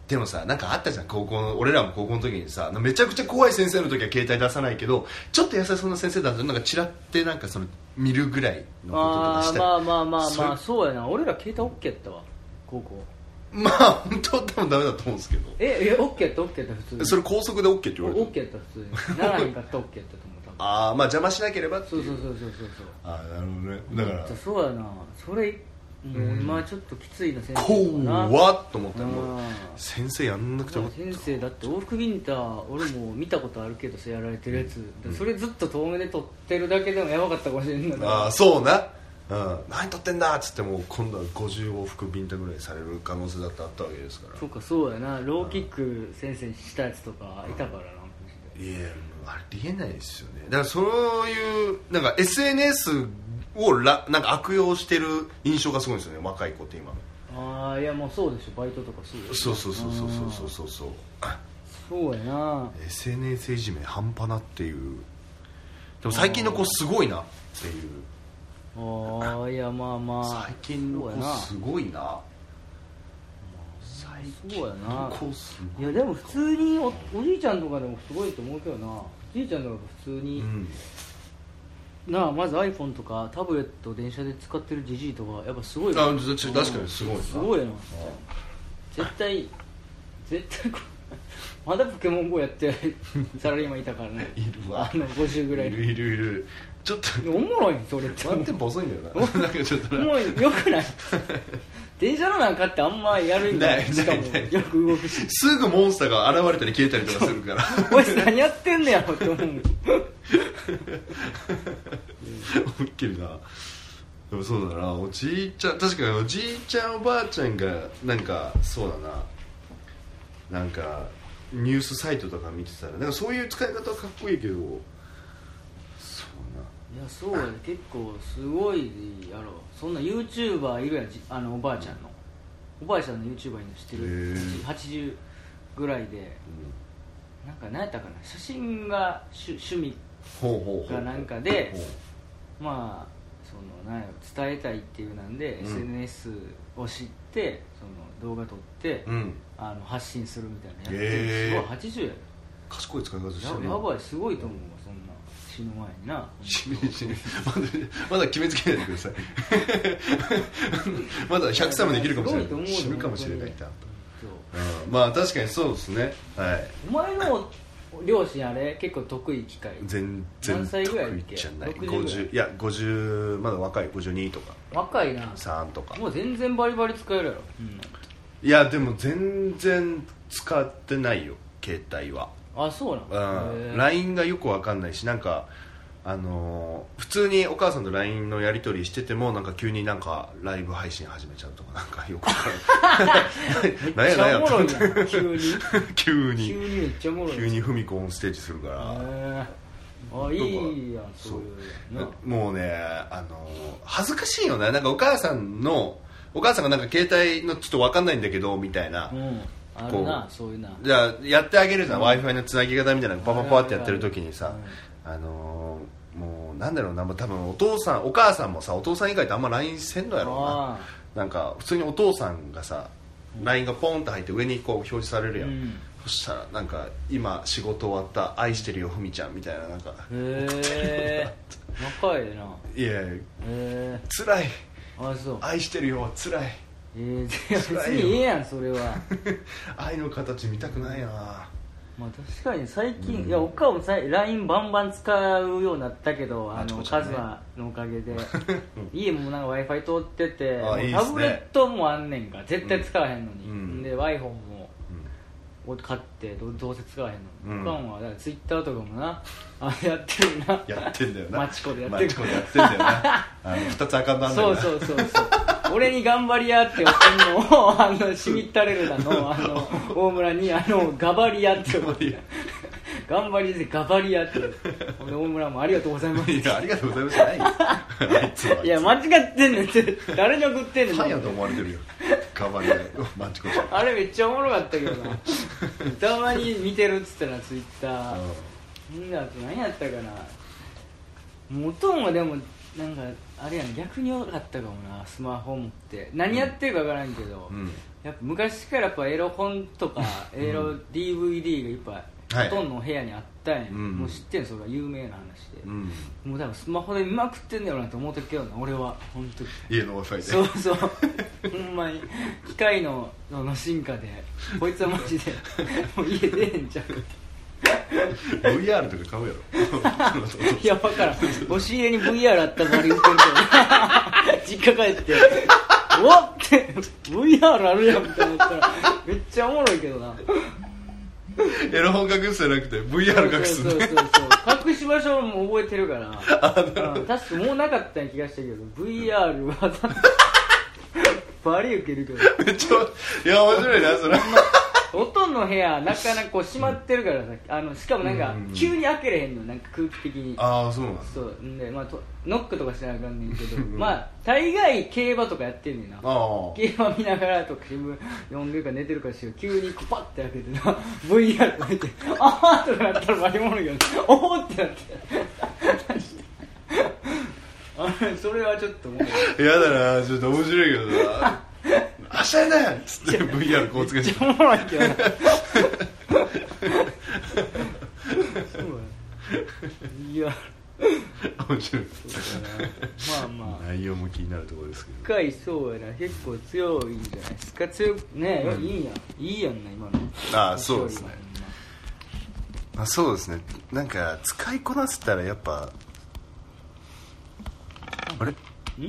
[SPEAKER 2] でもさなんかあったじゃん高校の俺らも高校の時にさめちゃくちゃ怖い先生の時は携帯出さないけどちょっと優しそうな先生だとなんかチラってなんかその見るぐらいのこととか
[SPEAKER 1] あ
[SPEAKER 2] し
[SPEAKER 1] あ
[SPEAKER 2] て
[SPEAKER 1] まあまあまあまあ
[SPEAKER 2] そ
[SPEAKER 1] そうやな俺ら携帯 OK やったわ高校
[SPEAKER 2] れまあ本当は多分ダメだと思うんですけど
[SPEAKER 1] ええ OK やった OK やった普通に
[SPEAKER 2] それ高速で OK って言われて
[SPEAKER 1] オッケーやった普通にならへんかったらオッケーやったと思う多分
[SPEAKER 2] ああまあ邪魔しなければって
[SPEAKER 1] そ
[SPEAKER 2] いう
[SPEAKER 1] そうそうそうそうそう
[SPEAKER 2] ああなるほどねだから
[SPEAKER 1] じゃあそうやなそれもう今ちょっときついな先生だな
[SPEAKER 2] 怖っと思ったもう
[SPEAKER 1] うん
[SPEAKER 2] 先生やんなくても
[SPEAKER 1] 先生だって往復ビンター俺も見たことあるけどさやられてるやつ、それずっと遠目で撮ってるだけでもやばかったかもしれんない
[SPEAKER 2] ああそうな、うん、何撮ってんだっつってもう今度は50往復ビンタぐらいされる可能性だってあったわけですから
[SPEAKER 1] そうかそうやなローキック先生にしたやつとかいたからな、マジで
[SPEAKER 2] いやありえないですよねだからそういうなんか SNS をらなんか悪用してる印象がすごいんですよね若い子って今の
[SPEAKER 1] ああいやもうそうでしょバイトとかそうでし
[SPEAKER 2] そ
[SPEAKER 1] ょ
[SPEAKER 2] うそうそうそうそうそううんそうそ
[SPEAKER 1] そう
[SPEAKER 2] う
[SPEAKER 1] やな
[SPEAKER 2] SNS いじめ半端なっていうでも最近の子すごいなっていう
[SPEAKER 1] ああいやまあまあ
[SPEAKER 2] 最近
[SPEAKER 1] そう
[SPEAKER 2] の
[SPEAKER 1] や
[SPEAKER 2] 子
[SPEAKER 1] な
[SPEAKER 2] すごいな最
[SPEAKER 1] そうやな
[SPEAKER 2] 子す
[SPEAKER 1] い
[SPEAKER 2] ご
[SPEAKER 1] や
[SPEAKER 2] い
[SPEAKER 1] でも普通におおじいちゃんとかでもすごいと思うけどなおじいちゃんとか普通
[SPEAKER 2] う
[SPEAKER 1] に、
[SPEAKER 2] ん
[SPEAKER 1] なあまず iPhone とかタブレット電車で使ってるじじいとかやっぱすごいな
[SPEAKER 2] あ確かにすごいな
[SPEAKER 1] すごいな絶対絶対こ まだポケモン GO やってないサラリーマンいたから ね
[SPEAKER 2] いるわ
[SPEAKER 1] あの50ぐらい
[SPEAKER 2] いるいるいるちょっと
[SPEAKER 1] おもろいんそれ って
[SPEAKER 2] ワンテンポ遅いんだよななんかちょっとな
[SPEAKER 1] もうよくない電車の中ってあんまやるんだ
[SPEAKER 2] ない
[SPEAKER 1] よしかも
[SPEAKER 2] ないない
[SPEAKER 1] よく動くし
[SPEAKER 2] すぐモンスターが現れたり消えたりとかするから
[SPEAKER 1] こいつ何やってんねやろって思う
[SPEAKER 2] 思いっきりなでもそうだなおじいちゃん確かにおじいちゃんおばあちゃんがなんかそうだななんかニュースサイトとか見てたらなんかそういう使い方はかっこいいけどそう
[SPEAKER 1] いやそうやで結構すごいやろそんな YouTuber いるやんじあのおばあちゃんのおばあちゃんの YouTuber いるの知って
[SPEAKER 2] へ
[SPEAKER 1] る
[SPEAKER 2] ー
[SPEAKER 1] 80ぐらいでなんか何やったかな写真が趣趣味
[SPEAKER 2] な、うん、ほうほうほう
[SPEAKER 1] がなんかで
[SPEAKER 2] ほう
[SPEAKER 1] まあそのなんやろ伝えたいっていうなんで、
[SPEAKER 2] うん
[SPEAKER 1] SNS を知ってその動画撮って、
[SPEAKER 2] うん
[SPEAKER 1] あの発信するみたいなや
[SPEAKER 2] へー
[SPEAKER 1] ってるすごい80や
[SPEAKER 2] 賢い使い方してる
[SPEAKER 1] でややばいすごいと思うわそんな死ぬ前に な
[SPEAKER 2] 死ぬ死ぬまだ まだ決めつけないでください まだ100歳まで生きるかもし
[SPEAKER 1] すご
[SPEAKER 2] れないい
[SPEAKER 1] と思うよ
[SPEAKER 2] 死ぬかもしれないってあっ
[SPEAKER 1] そう
[SPEAKER 2] た、うん、まあ確かにそうですねはい
[SPEAKER 1] お前の両親あれ結構得意機械
[SPEAKER 2] 全然
[SPEAKER 1] 何歳ぐらいだ
[SPEAKER 2] 得
[SPEAKER 1] っ
[SPEAKER 2] 意
[SPEAKER 1] け
[SPEAKER 2] じゃない
[SPEAKER 1] 60ぐらい
[SPEAKER 2] 50いや50まだ若い52とか
[SPEAKER 1] 若いな
[SPEAKER 2] 3とか
[SPEAKER 1] もう全然バリバリ使えるやろ、
[SPEAKER 2] いやでも全然使ってないよ携帯は
[SPEAKER 1] あそうなの
[SPEAKER 2] うん
[SPEAKER 1] へー
[SPEAKER 2] LINE がよくわかんないしなんかあのー普通にお母さんと LINE のやり取りしててもなんか急になんかライブ配信始めちゃうとかなんかよくわ
[SPEAKER 1] めっちゃ
[SPEAKER 2] からない
[SPEAKER 1] お
[SPEAKER 2] や
[SPEAKER 1] もろい
[SPEAKER 2] と
[SPEAKER 1] な急に
[SPEAKER 2] 急
[SPEAKER 1] 急
[SPEAKER 2] に
[SPEAKER 1] にめっちゃおもろい
[SPEAKER 2] 急に文子オンステージするから、
[SPEAKER 1] へーあいいやんそういうのな
[SPEAKER 2] もうねあの恥ずかしいよねなんかお母さんのお母さんがなんか携帯のちょっと分かんないんだけどみたいな、
[SPEAKER 1] うんあるな
[SPEAKER 2] こう
[SPEAKER 1] そういうな
[SPEAKER 2] じゃあやってあげるじゃん w i f i のつなぎ方みたいなのパパパってやってる時に
[SPEAKER 1] あ
[SPEAKER 2] さ
[SPEAKER 1] るある
[SPEAKER 2] あのーもうなんだろうなまあ多分お父さんお母さんもさお父さん以外とあんま LINE せんのやろう
[SPEAKER 1] あ
[SPEAKER 2] ななんか普通にお父さんがさ LINE がポンって入って上にこう表示されるやん、
[SPEAKER 1] うん
[SPEAKER 2] そしたらなんか今仕事終わった愛してるよふみちゃんみたいななんか
[SPEAKER 1] へえ若いでなへ
[SPEAKER 2] いや
[SPEAKER 1] え
[SPEAKER 2] 辛い
[SPEAKER 1] あそう
[SPEAKER 2] 愛してるよ辛い
[SPEAKER 1] えー、別にええやんそれは
[SPEAKER 2] 愛の形見たくないな
[SPEAKER 1] まあ確かに最近、いやおかもさ LINE バンバン使うようになったけどあ
[SPEAKER 2] あち
[SPEAKER 1] の
[SPEAKER 2] こち
[SPEAKER 1] カ
[SPEAKER 2] ね
[SPEAKER 1] ズマのおか げで家もなんか w i f i 通ってて
[SPEAKER 2] あ
[SPEAKER 1] もう
[SPEAKER 2] いいっすね
[SPEAKER 1] タブレットもあんねんから絶対使わへんのに、
[SPEAKER 2] うん
[SPEAKER 1] で iPhone も買ってどどうせ使わへんのに、
[SPEAKER 2] うん
[SPEAKER 1] おかんはだから Twitter とかも なあやってるな
[SPEAKER 2] やってんだよな
[SPEAKER 1] マチコでやって
[SPEAKER 2] マ
[SPEAKER 1] る
[SPEAKER 2] チコでやってんだ よなあの2つアカウントあんだ
[SPEAKER 1] そ
[SPEAKER 2] よ
[SPEAKER 1] う
[SPEAKER 2] な
[SPEAKER 1] そうそうそう俺に頑張りやっておんのをあのしみったれるなのあ の大村にあのガバリアって
[SPEAKER 2] ガバ リア
[SPEAKER 1] 頑張りでガバリアってほんで大村もありがとうございます
[SPEAKER 2] いやありがとうございますじゃないよ あいつはい
[SPEAKER 1] や間違ってんねんって誰に送ってんねん
[SPEAKER 2] ファンやと思われてるよ頑張りやマチコちゃん
[SPEAKER 1] あれめっちゃおもろかったけどなたまに見てるっつったらツイッターみんなあと何やったかなもう音もでもなんかあれやん逆によかったかもなスマホ持って何やってるか分からんけど、
[SPEAKER 2] うん
[SPEAKER 1] やっぱ昔からやっぱエロ本とかエロ DVD がいっぱ
[SPEAKER 2] はいい
[SPEAKER 1] ほとんどの部屋にあったんや、
[SPEAKER 2] うん
[SPEAKER 1] もう知ってんそれは有名な話で、
[SPEAKER 2] うん
[SPEAKER 1] もう多分スマホで見まくってんだろうなって思ってるけどな俺は本当に
[SPEAKER 2] 家の w i f
[SPEAKER 1] そう
[SPEAKER 2] i
[SPEAKER 1] そうほんまに機械のの進化でこいつはマジでもう家出へんちゃう
[SPEAKER 2] で VR とか買うやろ
[SPEAKER 1] いやばからん押し入れに VR あったら割り打ってるけど実家帰って「おっ!」って VR あるやんって思ったらめっちゃおもろいけどな
[SPEAKER 2] エロ本隠すじゃなくて VR 隠す
[SPEAKER 1] そうそう
[SPEAKER 2] ね
[SPEAKER 1] そうそう隠し場所も覚えてるからうん確かもうなかったような気がしたけど VR はバリ受けるけど
[SPEAKER 2] めっちゃいや面白いなそれ
[SPEAKER 1] 音の部屋なかなかこう閉まってるからさあのしかもなんか
[SPEAKER 2] うんうんうん
[SPEAKER 1] 急に開けれへんのなんか空気的に
[SPEAKER 2] ああそうなんだ
[SPEAKER 1] そうんでまあとノックとかしなあかんねんけ ど
[SPEAKER 2] うん
[SPEAKER 1] まあ大概競馬とかやってんねんな
[SPEAKER 2] あ
[SPEAKER 1] 競馬見ながらとか新聞読んでるか寝てるかしら急にこうパッて開けてな VR とか見て「あーとかなったら割り物やけど「おーってなってあれそれはちょっともう
[SPEAKER 2] あやだなちょっと面白いけどな明日やなっつって VR こうつけ
[SPEAKER 1] めってちゃおもろいけどなそうやいや
[SPEAKER 2] 面白い
[SPEAKER 1] そうだなまあまあ
[SPEAKER 2] 内容も気になるところですけど
[SPEAKER 1] 深いそうやな結構強いんじゃないですか強くねえ、
[SPEAKER 2] うん
[SPEAKER 1] いいやんいいやんな今の
[SPEAKER 2] ああそうですねまあ、そうですねなんか使いこなせたらやっぱあれ
[SPEAKER 1] ん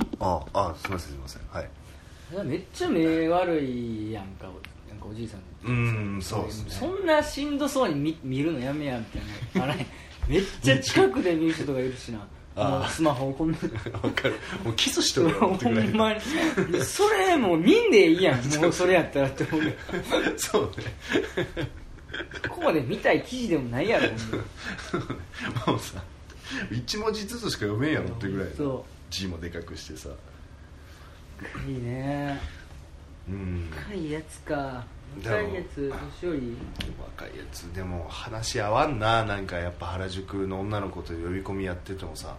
[SPEAKER 1] い
[SPEAKER 2] ああすいませんすいませんはい
[SPEAKER 1] やめっちゃ目悪いやんかなんかおじいさん
[SPEAKER 2] うーんそうですね
[SPEAKER 1] そんなしんどそうに見見るのやめやみたいなあれめっちゃ近くで見る人とかいるしな
[SPEAKER 2] ああ
[SPEAKER 1] もうスマホをこんな
[SPEAKER 2] わかるもうキスしと
[SPEAKER 1] ほ
[SPEAKER 2] る よってぐらい
[SPEAKER 1] んまにそれもう見んでいいや んもうそれやったらって思う
[SPEAKER 2] そうね
[SPEAKER 1] ここで見たい記事でもないやろほんま
[SPEAKER 2] もうさ一文字ずつしか読めんやろってぐらい
[SPEAKER 1] そ
[SPEAKER 2] 字もでかくしてさ
[SPEAKER 1] いいね
[SPEAKER 2] うん
[SPEAKER 1] 若いやつか
[SPEAKER 2] でも
[SPEAKER 1] 若いやつ年寄り
[SPEAKER 2] 若いやつでも話合わんななんかやっぱ原宿の女の子と呼び込みやっててもさ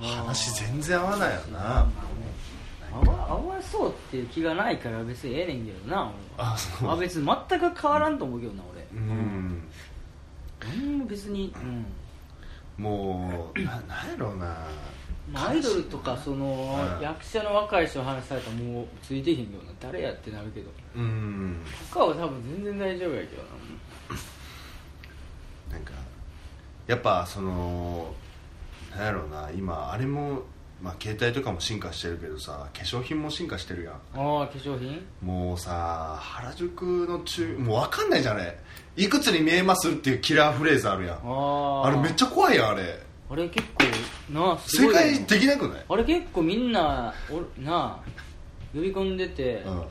[SPEAKER 2] 話全然合わないよな
[SPEAKER 1] 合わ合わそうっていう気がないから別にええねんけどな俺は
[SPEAKER 2] あそう
[SPEAKER 1] まあ別に全く変わらんと思うけどな俺
[SPEAKER 2] うん
[SPEAKER 1] 何も別にうん
[SPEAKER 2] もうななんやろうな
[SPEAKER 1] まあアイドルとかその
[SPEAKER 2] うん
[SPEAKER 1] 役者の若い人の話されたらもうついてへんけどな誰やってなるけど
[SPEAKER 2] うん
[SPEAKER 1] 他は多分全然大丈夫やけどな
[SPEAKER 2] なんかやっぱそのなんやろうな今あれもまあ携帯とかも進化してるけどさ化粧品も進化してるやん
[SPEAKER 1] ああ化粧品
[SPEAKER 2] もうさ原宿の中もう分かんないじゃんあれいくつに見えますっていうキラーフレーズあるやん
[SPEAKER 1] ああ
[SPEAKER 2] あれめっちゃ怖いやんあれ
[SPEAKER 1] あれ結構なあす
[SPEAKER 2] 正
[SPEAKER 1] ごいよな
[SPEAKER 2] 解できなくない
[SPEAKER 1] あれ結構みんなおなあ呼び込んでて、
[SPEAKER 2] うん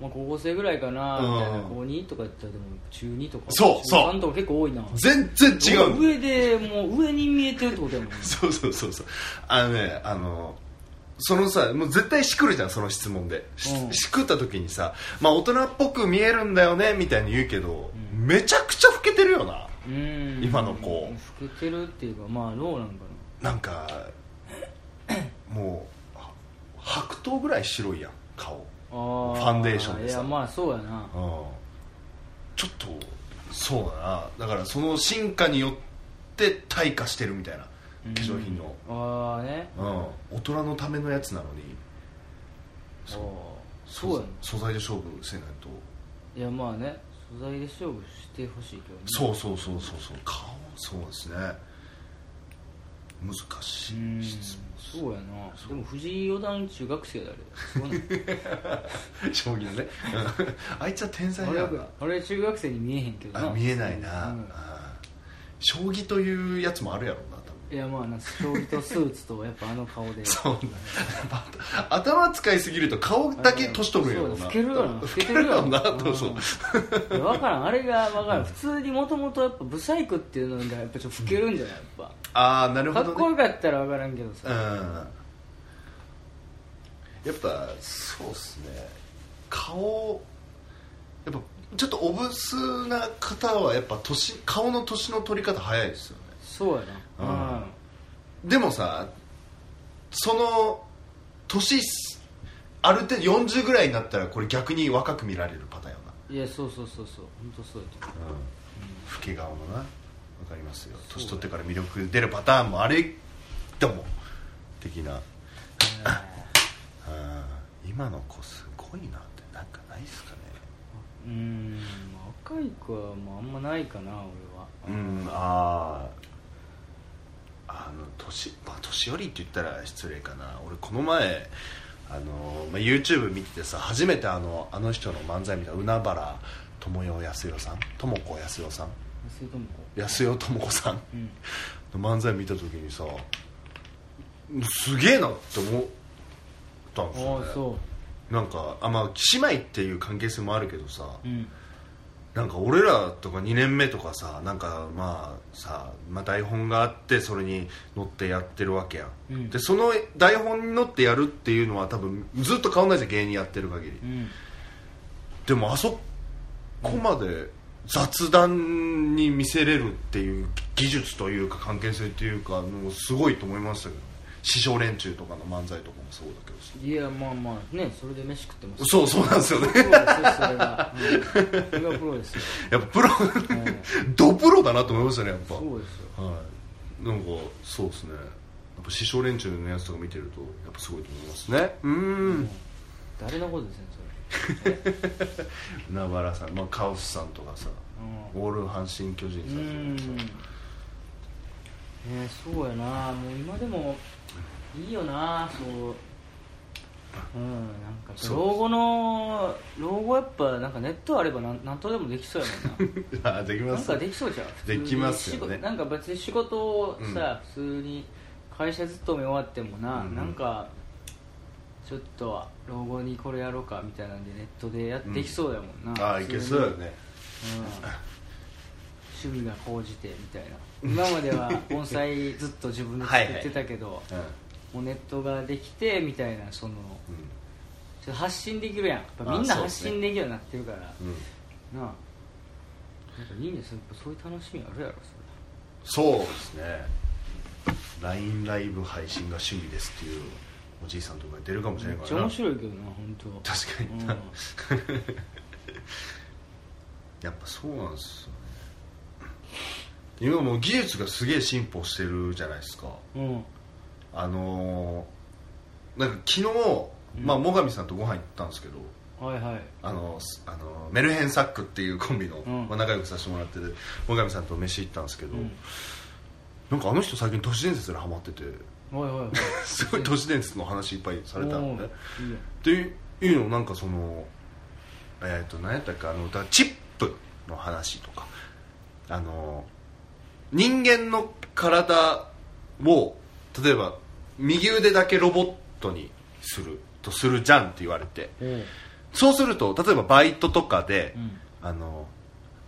[SPEAKER 1] まあ、高校生ぐらいかな
[SPEAKER 2] うん
[SPEAKER 1] みたいな、高2とか言ったらでも中2とか
[SPEAKER 2] そうそう
[SPEAKER 1] 中3とか結構多いな
[SPEAKER 2] 全然違うの
[SPEAKER 1] 上でもう上に見えてるってことやもんね
[SPEAKER 2] そうそうそうそうあのねあのそのさもう絶対しくるじゃんその質問でし,、
[SPEAKER 1] うん
[SPEAKER 2] くった時にさ、まあ、大人っぽく見えるんだよねみたいに言うけど、めちゃくちゃ老けてるよな
[SPEAKER 1] うん
[SPEAKER 2] 今の子
[SPEAKER 1] 老けてるっていうかまあどうなんか
[SPEAKER 2] なんかもうは白桃ぐらい白いやん顔
[SPEAKER 1] なあ
[SPEAKER 2] ファンデーションで
[SPEAKER 1] い
[SPEAKER 2] さ
[SPEAKER 1] やまあそうやな
[SPEAKER 2] うんちょっとそうだなだからその進化によって退化してるみたいな化
[SPEAKER 1] うん
[SPEAKER 2] 粧品の、
[SPEAKER 1] ああね
[SPEAKER 2] うん、大人のためのやつなのに
[SPEAKER 1] そうそうやな
[SPEAKER 2] 素材で勝負せないと
[SPEAKER 1] いやまあね素材で勝負してほしいけどね
[SPEAKER 2] そうそうそうそうそう顔そうですね難し
[SPEAKER 1] う
[SPEAKER 2] い
[SPEAKER 1] ん
[SPEAKER 2] 質
[SPEAKER 1] そうやなでも藤井四段中学生だあれそうなん
[SPEAKER 2] 問 将棋のねうんあ いつは天才
[SPEAKER 1] あ
[SPEAKER 2] だ
[SPEAKER 1] れ
[SPEAKER 2] よ
[SPEAKER 1] はあれ中学生に見えへんけど
[SPEAKER 2] あ
[SPEAKER 1] な
[SPEAKER 2] 見えないな、
[SPEAKER 1] うん
[SPEAKER 2] あー将棋というやつもあるやろうな多分
[SPEAKER 1] いやまあな将棋とスーツとやっぱあの顔で
[SPEAKER 2] そうなんだ 頭使いすぎると顔だけ年取るんやろ
[SPEAKER 1] そ
[SPEAKER 2] う
[SPEAKER 1] う
[SPEAKER 2] な
[SPEAKER 1] 老けるよな
[SPEAKER 2] 老けるよなとそう
[SPEAKER 1] うんいやわからんあれがわからん普通にもともとやっぱブサイクっていうのがやっぱちょっと老けるんじゃないやっ
[SPEAKER 2] ああなる
[SPEAKER 1] ぱ
[SPEAKER 2] ほ
[SPEAKER 1] かっ
[SPEAKER 2] ど
[SPEAKER 1] こ
[SPEAKER 2] ね
[SPEAKER 1] よかったらわからんけど
[SPEAKER 2] う
[SPEAKER 1] さ
[SPEAKER 2] んやっぱそうっすね顔やっぱちょっとおぶすな方はやっぱ年顔の年の取り方早いですよね
[SPEAKER 1] そうやな
[SPEAKER 2] うん
[SPEAKER 1] うん
[SPEAKER 2] でもさその年ある程度40ぐらいになったらこれ逆に若く見られるパターンよない
[SPEAKER 1] やそうそうそうそう本当そうやと思
[SPEAKER 2] うん老け顔のなわかりますよ年取ってから魅力出るパターンもあれでも的なうん今の子すごいなってなんかないっすかね
[SPEAKER 1] ううん若い子はもうあんまないかな俺は
[SPEAKER 2] うんあああの年まあ年寄りって言ったら失礼かな俺この前あの、まあ、YouTube 見ててさ初めてあのあの人の漫才見た海原智代康代さん智子康代さん
[SPEAKER 1] それともこ
[SPEAKER 2] 康代智子さん
[SPEAKER 1] ううん
[SPEAKER 2] 漫才見た時にさすげえなって思ったんですよ、
[SPEAKER 1] あ
[SPEAKER 2] ね
[SPEAKER 1] あ、そ
[SPEAKER 2] なんかあまあ姉妹っていう関係性もあるけどさ、
[SPEAKER 1] ううん
[SPEAKER 2] なんか俺らとか2年目とかさなんかまあさ、まあ、台本があってそれに乗ってやってるわけやん、
[SPEAKER 1] うん
[SPEAKER 2] でその台本に乗ってやるっていうのは多分ずっと変わんないじゃん芸人やってる限り、
[SPEAKER 1] うん
[SPEAKER 2] でもあそこまで雑談に見せれるっていう技術というか関係性というかもうすごいと思いましたけどね師匠連中とかの漫才とかもそうだけどさ
[SPEAKER 1] いやまあまあねそれで飯食ってます
[SPEAKER 2] そうそうなんですよね
[SPEAKER 1] プロですよそれが、うん、それがプロですよ、
[SPEAKER 2] やっぱプロ
[SPEAKER 1] うん、
[SPEAKER 2] ドプロだなと思いましたねやっぱ
[SPEAKER 1] そうですよ
[SPEAKER 2] はいなんかそうですねっぱ師匠連中のやつとか見てるとやっぱすごいと思いますねうん
[SPEAKER 1] 誰のことですねそ
[SPEAKER 2] 海原さん、まあ、カオスさんとかさ
[SPEAKER 1] れ
[SPEAKER 2] オール阪神・巨人
[SPEAKER 1] う
[SPEAKER 2] さん
[SPEAKER 1] ん
[SPEAKER 2] とかさ
[SPEAKER 1] ねそうやなもう今でもいいよなそううんなんか
[SPEAKER 2] そう
[SPEAKER 1] 老後の老後やっぱなんかネットあればなんなんとでもできそうやもんな
[SPEAKER 2] あできま
[SPEAKER 1] なん
[SPEAKER 2] す
[SPEAKER 1] かできそうじゃん
[SPEAKER 2] できますよ
[SPEAKER 1] 普通に
[SPEAKER 2] ね
[SPEAKER 1] 仕事なんか別に仕事をさ、普通に会社勤め終わってもな、
[SPEAKER 2] うん
[SPEAKER 1] なんかちょっと老後にこれやろうかみたいなんでネットでやっていきそうやもんな、
[SPEAKER 2] あいけそうやね
[SPEAKER 1] うん 趣味が高じてみたいな今までは盆栽ずっと自分で作ってたけど
[SPEAKER 2] うん
[SPEAKER 1] もうネットができてみたいなそのちょっと発信できるやんやっぱみんな
[SPEAKER 2] あそうで
[SPEAKER 1] 発
[SPEAKER 2] すね
[SPEAKER 1] 信できるようになってるから、
[SPEAKER 2] うん、うん、
[SPEAKER 1] なあなんかいいんですよやっぱそういう楽しみあるやろそ
[SPEAKER 2] そうですね LINE ライブ配信が趣味ですっていうおじいさんとか出るかもしれ
[SPEAKER 1] れ
[SPEAKER 2] ない
[SPEAKER 1] めっ
[SPEAKER 2] か
[SPEAKER 1] ちゃ
[SPEAKER 2] らな
[SPEAKER 1] 面白いけどな本当。
[SPEAKER 2] 確かにな、
[SPEAKER 1] うん
[SPEAKER 2] やっぱそうなんですよね今もう技術がすげえ進歩してるじゃないですか
[SPEAKER 1] うん
[SPEAKER 2] あのーなんか昨日、
[SPEAKER 1] うん
[SPEAKER 2] まあ、最上さんとご飯行ったんですけど
[SPEAKER 1] はいはい
[SPEAKER 2] あのすあのメルヘンサックっていうコンビの、
[SPEAKER 1] うん
[SPEAKER 2] まあ、仲良くさせてもらってる最上さんと飯行ったんですけど、
[SPEAKER 1] うん
[SPEAKER 2] なんかあの人最近都市伝説にハマってて
[SPEAKER 1] はいはいはい
[SPEAKER 2] すごい都市伝説の話いっぱいされたのね
[SPEAKER 1] おーいいよ
[SPEAKER 2] っていうのをなんかそのえっ、と何やったっけあのだチップの話とかあの人間の体を例えば右腕だけロボットにするとするじゃんって言われて
[SPEAKER 1] おう
[SPEAKER 2] そうすると例えばバイトとかで、
[SPEAKER 1] うん
[SPEAKER 2] あの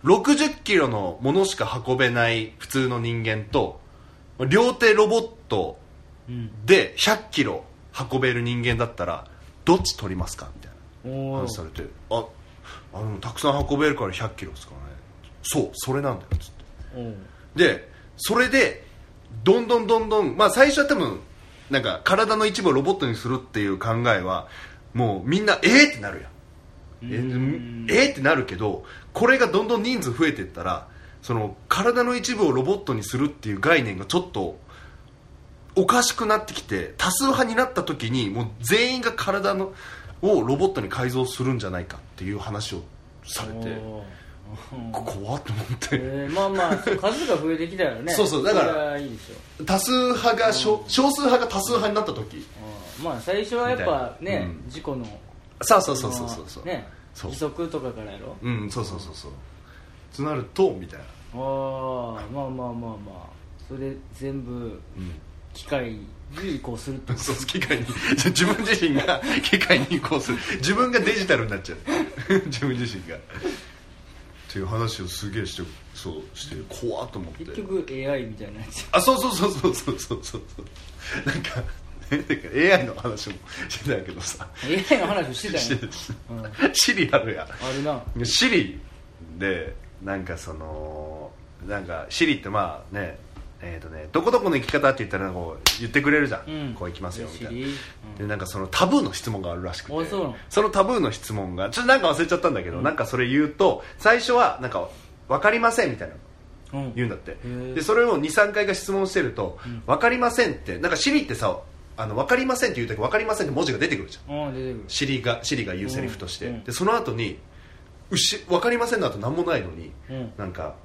[SPEAKER 2] 60キロのものしか運べない普通の人間と両手ロボット
[SPEAKER 1] うん
[SPEAKER 2] で100キロ運べる人間だったらどっち取りますかみたいな
[SPEAKER 1] お
[SPEAKER 2] 話されてああのたくさん運べるから100キロですからねそうそれなんだよつって
[SPEAKER 1] おう
[SPEAKER 2] でそれでどんどんどんどん、まあ、最初は多分なんか体の一部をロボットにするっていう考えはもうみんなええってなるやんえ
[SPEAKER 1] うん
[SPEAKER 2] えーってなるけどこれがどんどん人数増えていったらその体の一部をロボットにするっていう概念がちょっとおかしくなってきて多数派になった時にもう全員が体のをロボットに改造するんじゃないかっていう話をされて
[SPEAKER 1] おうおう
[SPEAKER 2] こ怖っと思って
[SPEAKER 1] えー、まあまあそう数が増えてきたよね
[SPEAKER 2] そうそうだから
[SPEAKER 1] れはいいでしょ
[SPEAKER 2] 多数派が少少数派が多数派になった時
[SPEAKER 1] うんまあ最初はやっぱ
[SPEAKER 2] みたいな
[SPEAKER 1] ね、
[SPEAKER 2] うん
[SPEAKER 1] 事故の
[SPEAKER 2] さあそうそうそうそうそう、
[SPEAKER 1] ね
[SPEAKER 2] そう
[SPEAKER 1] 義足とかからやろ
[SPEAKER 2] うんそうそうそうそうとなるとみたいな、
[SPEAKER 1] ああまあまあまあまあそれ全部
[SPEAKER 2] うん
[SPEAKER 1] 機械に移行する ってこ
[SPEAKER 2] そう機械に自分自身が機械に移行する自分がデジタルになっちゃう 自分自身がっていう話をすげえしてそうして怖っと思っ
[SPEAKER 1] と
[SPEAKER 2] て
[SPEAKER 1] 結局 AI みたいなやつ
[SPEAKER 2] あそうそうそうそうそうそうそうなんかねなんか AI の話もしてたけどさ
[SPEAKER 1] AI の話をしてた
[SPEAKER 2] し
[SPEAKER 1] よね
[SPEAKER 2] て
[SPEAKER 1] うん、あ
[SPEAKER 2] シリあるや
[SPEAKER 1] れな
[SPEAKER 2] シリでなんかそのなんかシリってまあねえーとね、どこどこの行き方って言ったらこう言ってくれるじゃん、
[SPEAKER 1] うん
[SPEAKER 2] こう行きますよみたい
[SPEAKER 1] 知
[SPEAKER 2] な
[SPEAKER 1] り
[SPEAKER 2] でなんかそのタブーの質問があるらしくて
[SPEAKER 1] あそうなの
[SPEAKER 2] のタブーの質問がちょっとなんか忘れちゃったんだけど、なんかそれ言うと最初はなんか分かりませんみたいな
[SPEAKER 1] う
[SPEAKER 2] の
[SPEAKER 1] んうん
[SPEAKER 2] 言うんだって
[SPEAKER 1] へ
[SPEAKER 2] でそれを23回が質問してると、
[SPEAKER 1] うん
[SPEAKER 2] 分かりませんってなんか Siri ってさあの分かりませんって言う時分かりませんって文字が出てくるじゃん
[SPEAKER 1] うん出てくる
[SPEAKER 2] Siri が Siri が言うセリフとして、
[SPEAKER 1] うん
[SPEAKER 2] でその後にうし分かりませんの後何もないのに、
[SPEAKER 1] うん
[SPEAKER 2] なんか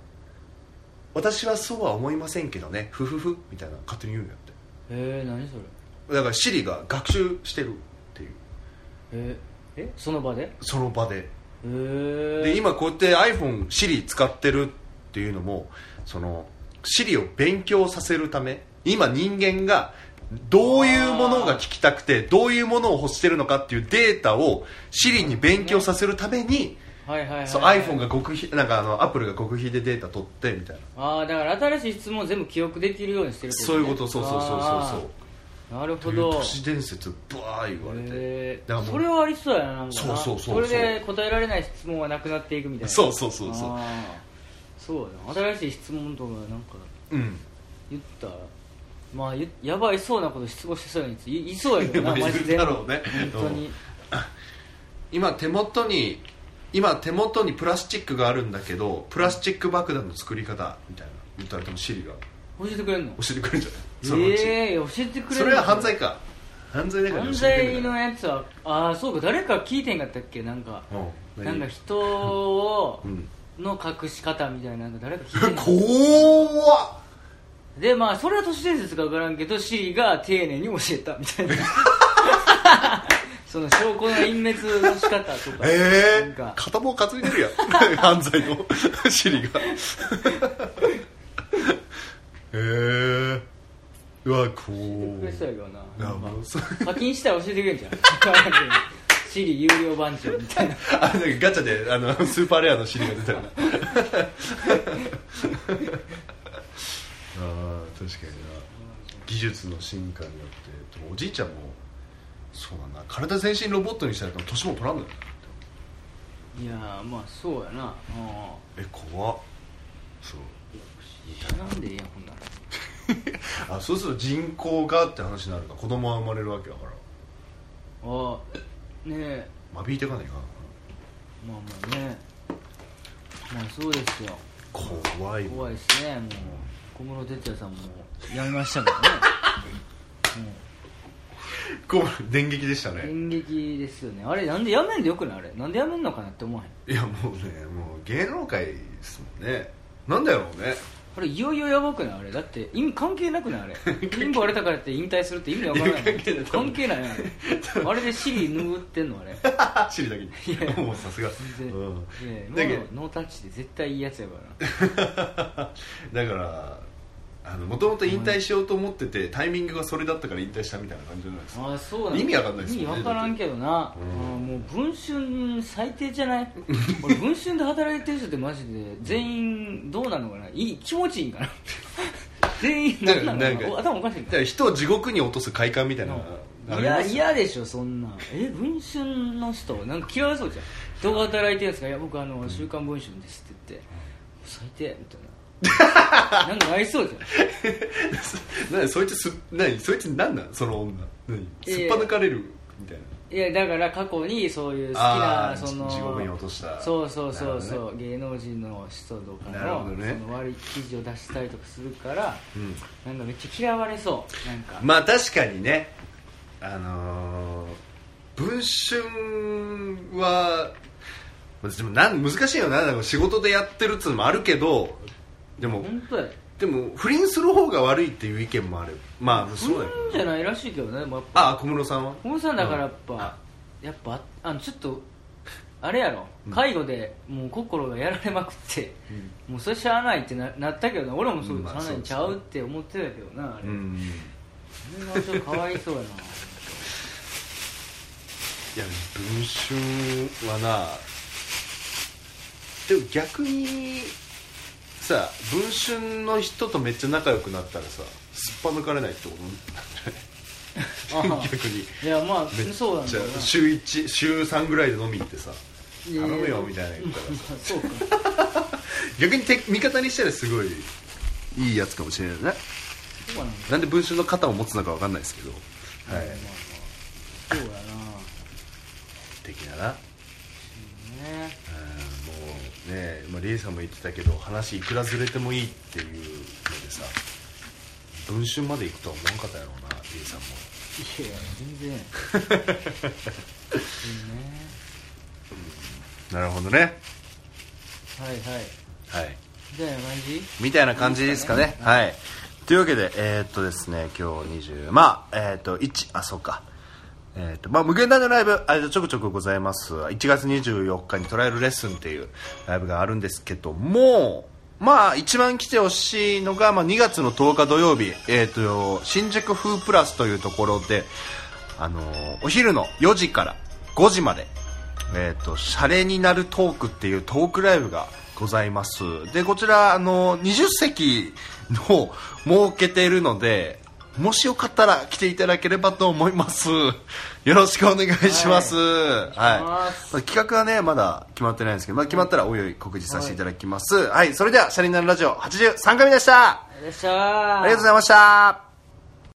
[SPEAKER 2] 私はそうは思いませんけどねふふふみたいな勝手に言うんだって
[SPEAKER 1] えー、何それ
[SPEAKER 2] だから Siri が学習してるっていう
[SPEAKER 1] えー、えその場で
[SPEAKER 2] その場で
[SPEAKER 1] えー、
[SPEAKER 2] で今こうやって iPhone、Siri 使ってるっていうのもその Siri を勉強させるため今人間がどういうものが聞きたくてどういうものを欲してるのかっていうデータを Siri に勉強させるために、
[SPEAKER 1] はいはいはい、はい、
[SPEAKER 2] そう iPhone が極秘なんかあの Apple が極秘でデータ取ってみたいな
[SPEAKER 1] ああだから新しい質問を全部記憶できるようにしてるって
[SPEAKER 2] そういうことそうそうそうそう
[SPEAKER 1] うなるほ
[SPEAKER 2] そうという
[SPEAKER 1] ど
[SPEAKER 2] 都市伝説ブワー言われて
[SPEAKER 1] へ
[SPEAKER 2] だから
[SPEAKER 1] ー
[SPEAKER 2] もう
[SPEAKER 1] それはありそうやななんかな
[SPEAKER 2] そうそうそうそう
[SPEAKER 1] れで答えられない質問はなくなっていくみたいな
[SPEAKER 2] そうそうそうそう
[SPEAKER 1] あーそうやな新しい質問とかなんか
[SPEAKER 2] うん
[SPEAKER 1] 言ったらまあゆやばいそうなこと質問してそうやにいいそうやけど
[SPEAKER 2] ま
[SPEAKER 1] な
[SPEAKER 2] あ
[SPEAKER 1] マ
[SPEAKER 2] い
[SPEAKER 1] ジ
[SPEAKER 2] る
[SPEAKER 1] で
[SPEAKER 2] だ
[SPEAKER 1] 本
[SPEAKER 2] ろうね
[SPEAKER 1] 当に
[SPEAKER 2] 今手元に今手元にプラスチックがあるんだけどプラスチック爆弾の作り方みたいな言ったら多分シリが
[SPEAKER 1] 教えてくれんの
[SPEAKER 2] 教えてくれるんじゃないそのうち
[SPEAKER 1] ええ教えてくれる
[SPEAKER 2] それは犯罪か犯罪だから
[SPEAKER 1] 犯
[SPEAKER 2] 教えて
[SPEAKER 1] 罪
[SPEAKER 2] くれ
[SPEAKER 1] の
[SPEAKER 2] ない
[SPEAKER 1] やつはああそうか誰か聞いてんかったっけなんか
[SPEAKER 2] うん
[SPEAKER 1] なんか人を
[SPEAKER 2] うん
[SPEAKER 1] の隠し方みたいなの誰か聞いてん の
[SPEAKER 2] 怖っ
[SPEAKER 1] でまあそれは都市伝説か分からんけどシリが丁寧に教えたみたい なその証拠の隠滅の仕方とか、
[SPEAKER 2] え
[SPEAKER 1] なん
[SPEAKER 2] えー、
[SPEAKER 1] か
[SPEAKER 2] 片棒担いでるや ん犯罪の尻がええー、うわこ
[SPEAKER 1] びっくりしたよ
[SPEAKER 2] う
[SPEAKER 1] なな
[SPEAKER 2] あ
[SPEAKER 1] んか
[SPEAKER 2] もうそれ
[SPEAKER 1] 課金したら教えてくれんじゃんシリ有料番長み たいな
[SPEAKER 2] あなんかガチャであの スーパーレアの尻が出たよな あー確かにな技術の進化によってでもおじいちゃんもそうだな体全身ロボットにしたら年も取らんのよ
[SPEAKER 1] いやーまあそうやなああ
[SPEAKER 2] え怖っそう
[SPEAKER 1] 死なんでええやんほんなら
[SPEAKER 2] あそうすると人口がって話になるか子供は生まれるわけだから
[SPEAKER 1] ああねえ
[SPEAKER 2] 間引いていかないかんの
[SPEAKER 1] まあまあねまあそうですよ
[SPEAKER 2] かな怖いわ
[SPEAKER 1] 怖いですねもう小室哲哉さんもやめましたからねもう
[SPEAKER 2] こう電撃でしたね
[SPEAKER 1] 演劇ですよねあれなんでやめんでよくないあれなんでやめんのかなって思わへん
[SPEAKER 2] いやもうねもう芸能界ですもんねなんだろうね
[SPEAKER 1] あれいよいよやばくないあれだって意味関係なくないあれ貧乏荒れたからって引退するって意味わからない
[SPEAKER 2] いや関係ない
[SPEAKER 1] 関係ないやんあれあれで尻拭ってんのあれ
[SPEAKER 2] 尻だけ
[SPEAKER 1] いや
[SPEAKER 2] にもうさすが
[SPEAKER 1] 全然、
[SPEAKER 2] うん
[SPEAKER 1] ええ
[SPEAKER 2] だけど
[SPEAKER 1] もうノータッチで絶対いいやつやからな
[SPEAKER 2] だからあのもともと引退しようと思っててタイミングがそれだったから引退したみたいな感じじゃないですか
[SPEAKER 1] ああそうなんだ
[SPEAKER 2] 意味わかんないです
[SPEAKER 1] 意
[SPEAKER 2] よね
[SPEAKER 1] 味わからんけどな、
[SPEAKER 2] うん
[SPEAKER 1] ああもう文春最低じゃ ない俺文春で働いてる人ってマジで全員どうなのかないい気持ちいいんかな 全員何なのか
[SPEAKER 2] な
[SPEAKER 1] なん
[SPEAKER 2] か
[SPEAKER 1] お頭おかしいん
[SPEAKER 2] だ
[SPEAKER 1] か
[SPEAKER 2] から人を地獄に落とす快感みたいなのがあ
[SPEAKER 1] い
[SPEAKER 2] り
[SPEAKER 1] や
[SPEAKER 2] ますよ
[SPEAKER 1] いやでしょそんなえ文春の人なんか嫌われそうじゃん人が働いてるんですかいや僕あの「週刊文春です」って言って「最低」みた いななんか合いそうじゃん
[SPEAKER 2] 何そいつす何そいつ何なんその女何
[SPEAKER 1] ええ
[SPEAKER 2] すっぱ抜かれるみたいない
[SPEAKER 1] やだから過去にそういう好きな
[SPEAKER 2] あー
[SPEAKER 1] その
[SPEAKER 2] 地獄に落とした
[SPEAKER 1] そうそうそう
[SPEAKER 2] なるほ
[SPEAKER 1] そう、芸能人の人とか
[SPEAKER 2] なるほ
[SPEAKER 1] の,、
[SPEAKER 2] どね
[SPEAKER 1] その悪い記事を出したりとかするから、
[SPEAKER 2] うん
[SPEAKER 1] なんかめっちゃ嫌われそうなんか、
[SPEAKER 2] まあ確かにねあのー文春はでもなん難しいよななんか仕事でやってるっつうのもあるけどでも
[SPEAKER 1] 本当や
[SPEAKER 2] でも不倫する方が悪いっていう意見もあるまあそうだよ
[SPEAKER 1] うんじゃないらしいけどね、まあ、
[SPEAKER 2] あ小室さんは
[SPEAKER 1] 本さんだからやっぱ、やっぱあのちょっとあれやろ介護でもう心がやられまくって、もうそれしゃあないってななったけどな俺もそううんし
[SPEAKER 2] まあ
[SPEAKER 1] ゃあないんちゃうって思ってたけどなあれ、
[SPEAKER 2] うん
[SPEAKER 1] それがちょっとかわいそう やな
[SPEAKER 2] いや文春はなでも逆にさ文春の人とめっちゃ仲良くなったらさすっぱ抜かれないってこと
[SPEAKER 1] あ
[SPEAKER 2] なん
[SPEAKER 1] あ
[SPEAKER 2] じゃない逆に
[SPEAKER 1] いやまあ
[SPEAKER 2] めっ
[SPEAKER 1] そうなんだ
[SPEAKER 2] じゃ
[SPEAKER 1] よな
[SPEAKER 2] あ週1週3ぐらいで飲み行ってさ
[SPEAKER 1] いや
[SPEAKER 2] 頼
[SPEAKER 1] いや
[SPEAKER 2] むよみたいな言ったらさ
[SPEAKER 1] まあそうか
[SPEAKER 2] 逆にて味方にしたらすごいいいやつかもしれないね
[SPEAKER 1] そうかなんだ
[SPEAKER 2] なんで文春の肩を持つのか分かんないですけどはい
[SPEAKER 1] まあまあそうや
[SPEAKER 2] 的だな
[SPEAKER 1] なね
[SPEAKER 2] うんもうねまあ、リエさんも言ってたけど話いくらずれてもいいっていうのでさ文春まで行くとは思わんかったやろうなリエさんも
[SPEAKER 1] いやいや全然全然ね
[SPEAKER 2] なるほどね
[SPEAKER 1] はいはい
[SPEAKER 2] はい
[SPEAKER 1] じゃあマジ
[SPEAKER 2] みたいな感じですかねはいというわけでえー、っとですね今日20まあえー、っと1あそうかえーっとまあ、無限大のライブあれちょくちょくございます1月24日にトライアルレッスンっていうライブがあるんですけどもまあ一番来てほしいのが、まあ、2月の10日土曜日、えー、と新宿風プラスというところで、あのーお昼の4時から5時までえー、とシャレになるトークっていうトークライブがございますでこちらあの20席の設けているのでもしよかったら来ていただければと思います よろしくお願いします、はい
[SPEAKER 1] お願いします
[SPEAKER 2] まあ企画はねまだ決まってないんですけど、まあ、決まったらおいおい告示させていただきますはい、それでは「シャレになるラジオ」83回目でしたあ
[SPEAKER 1] よっしゃー
[SPEAKER 2] りがとうございました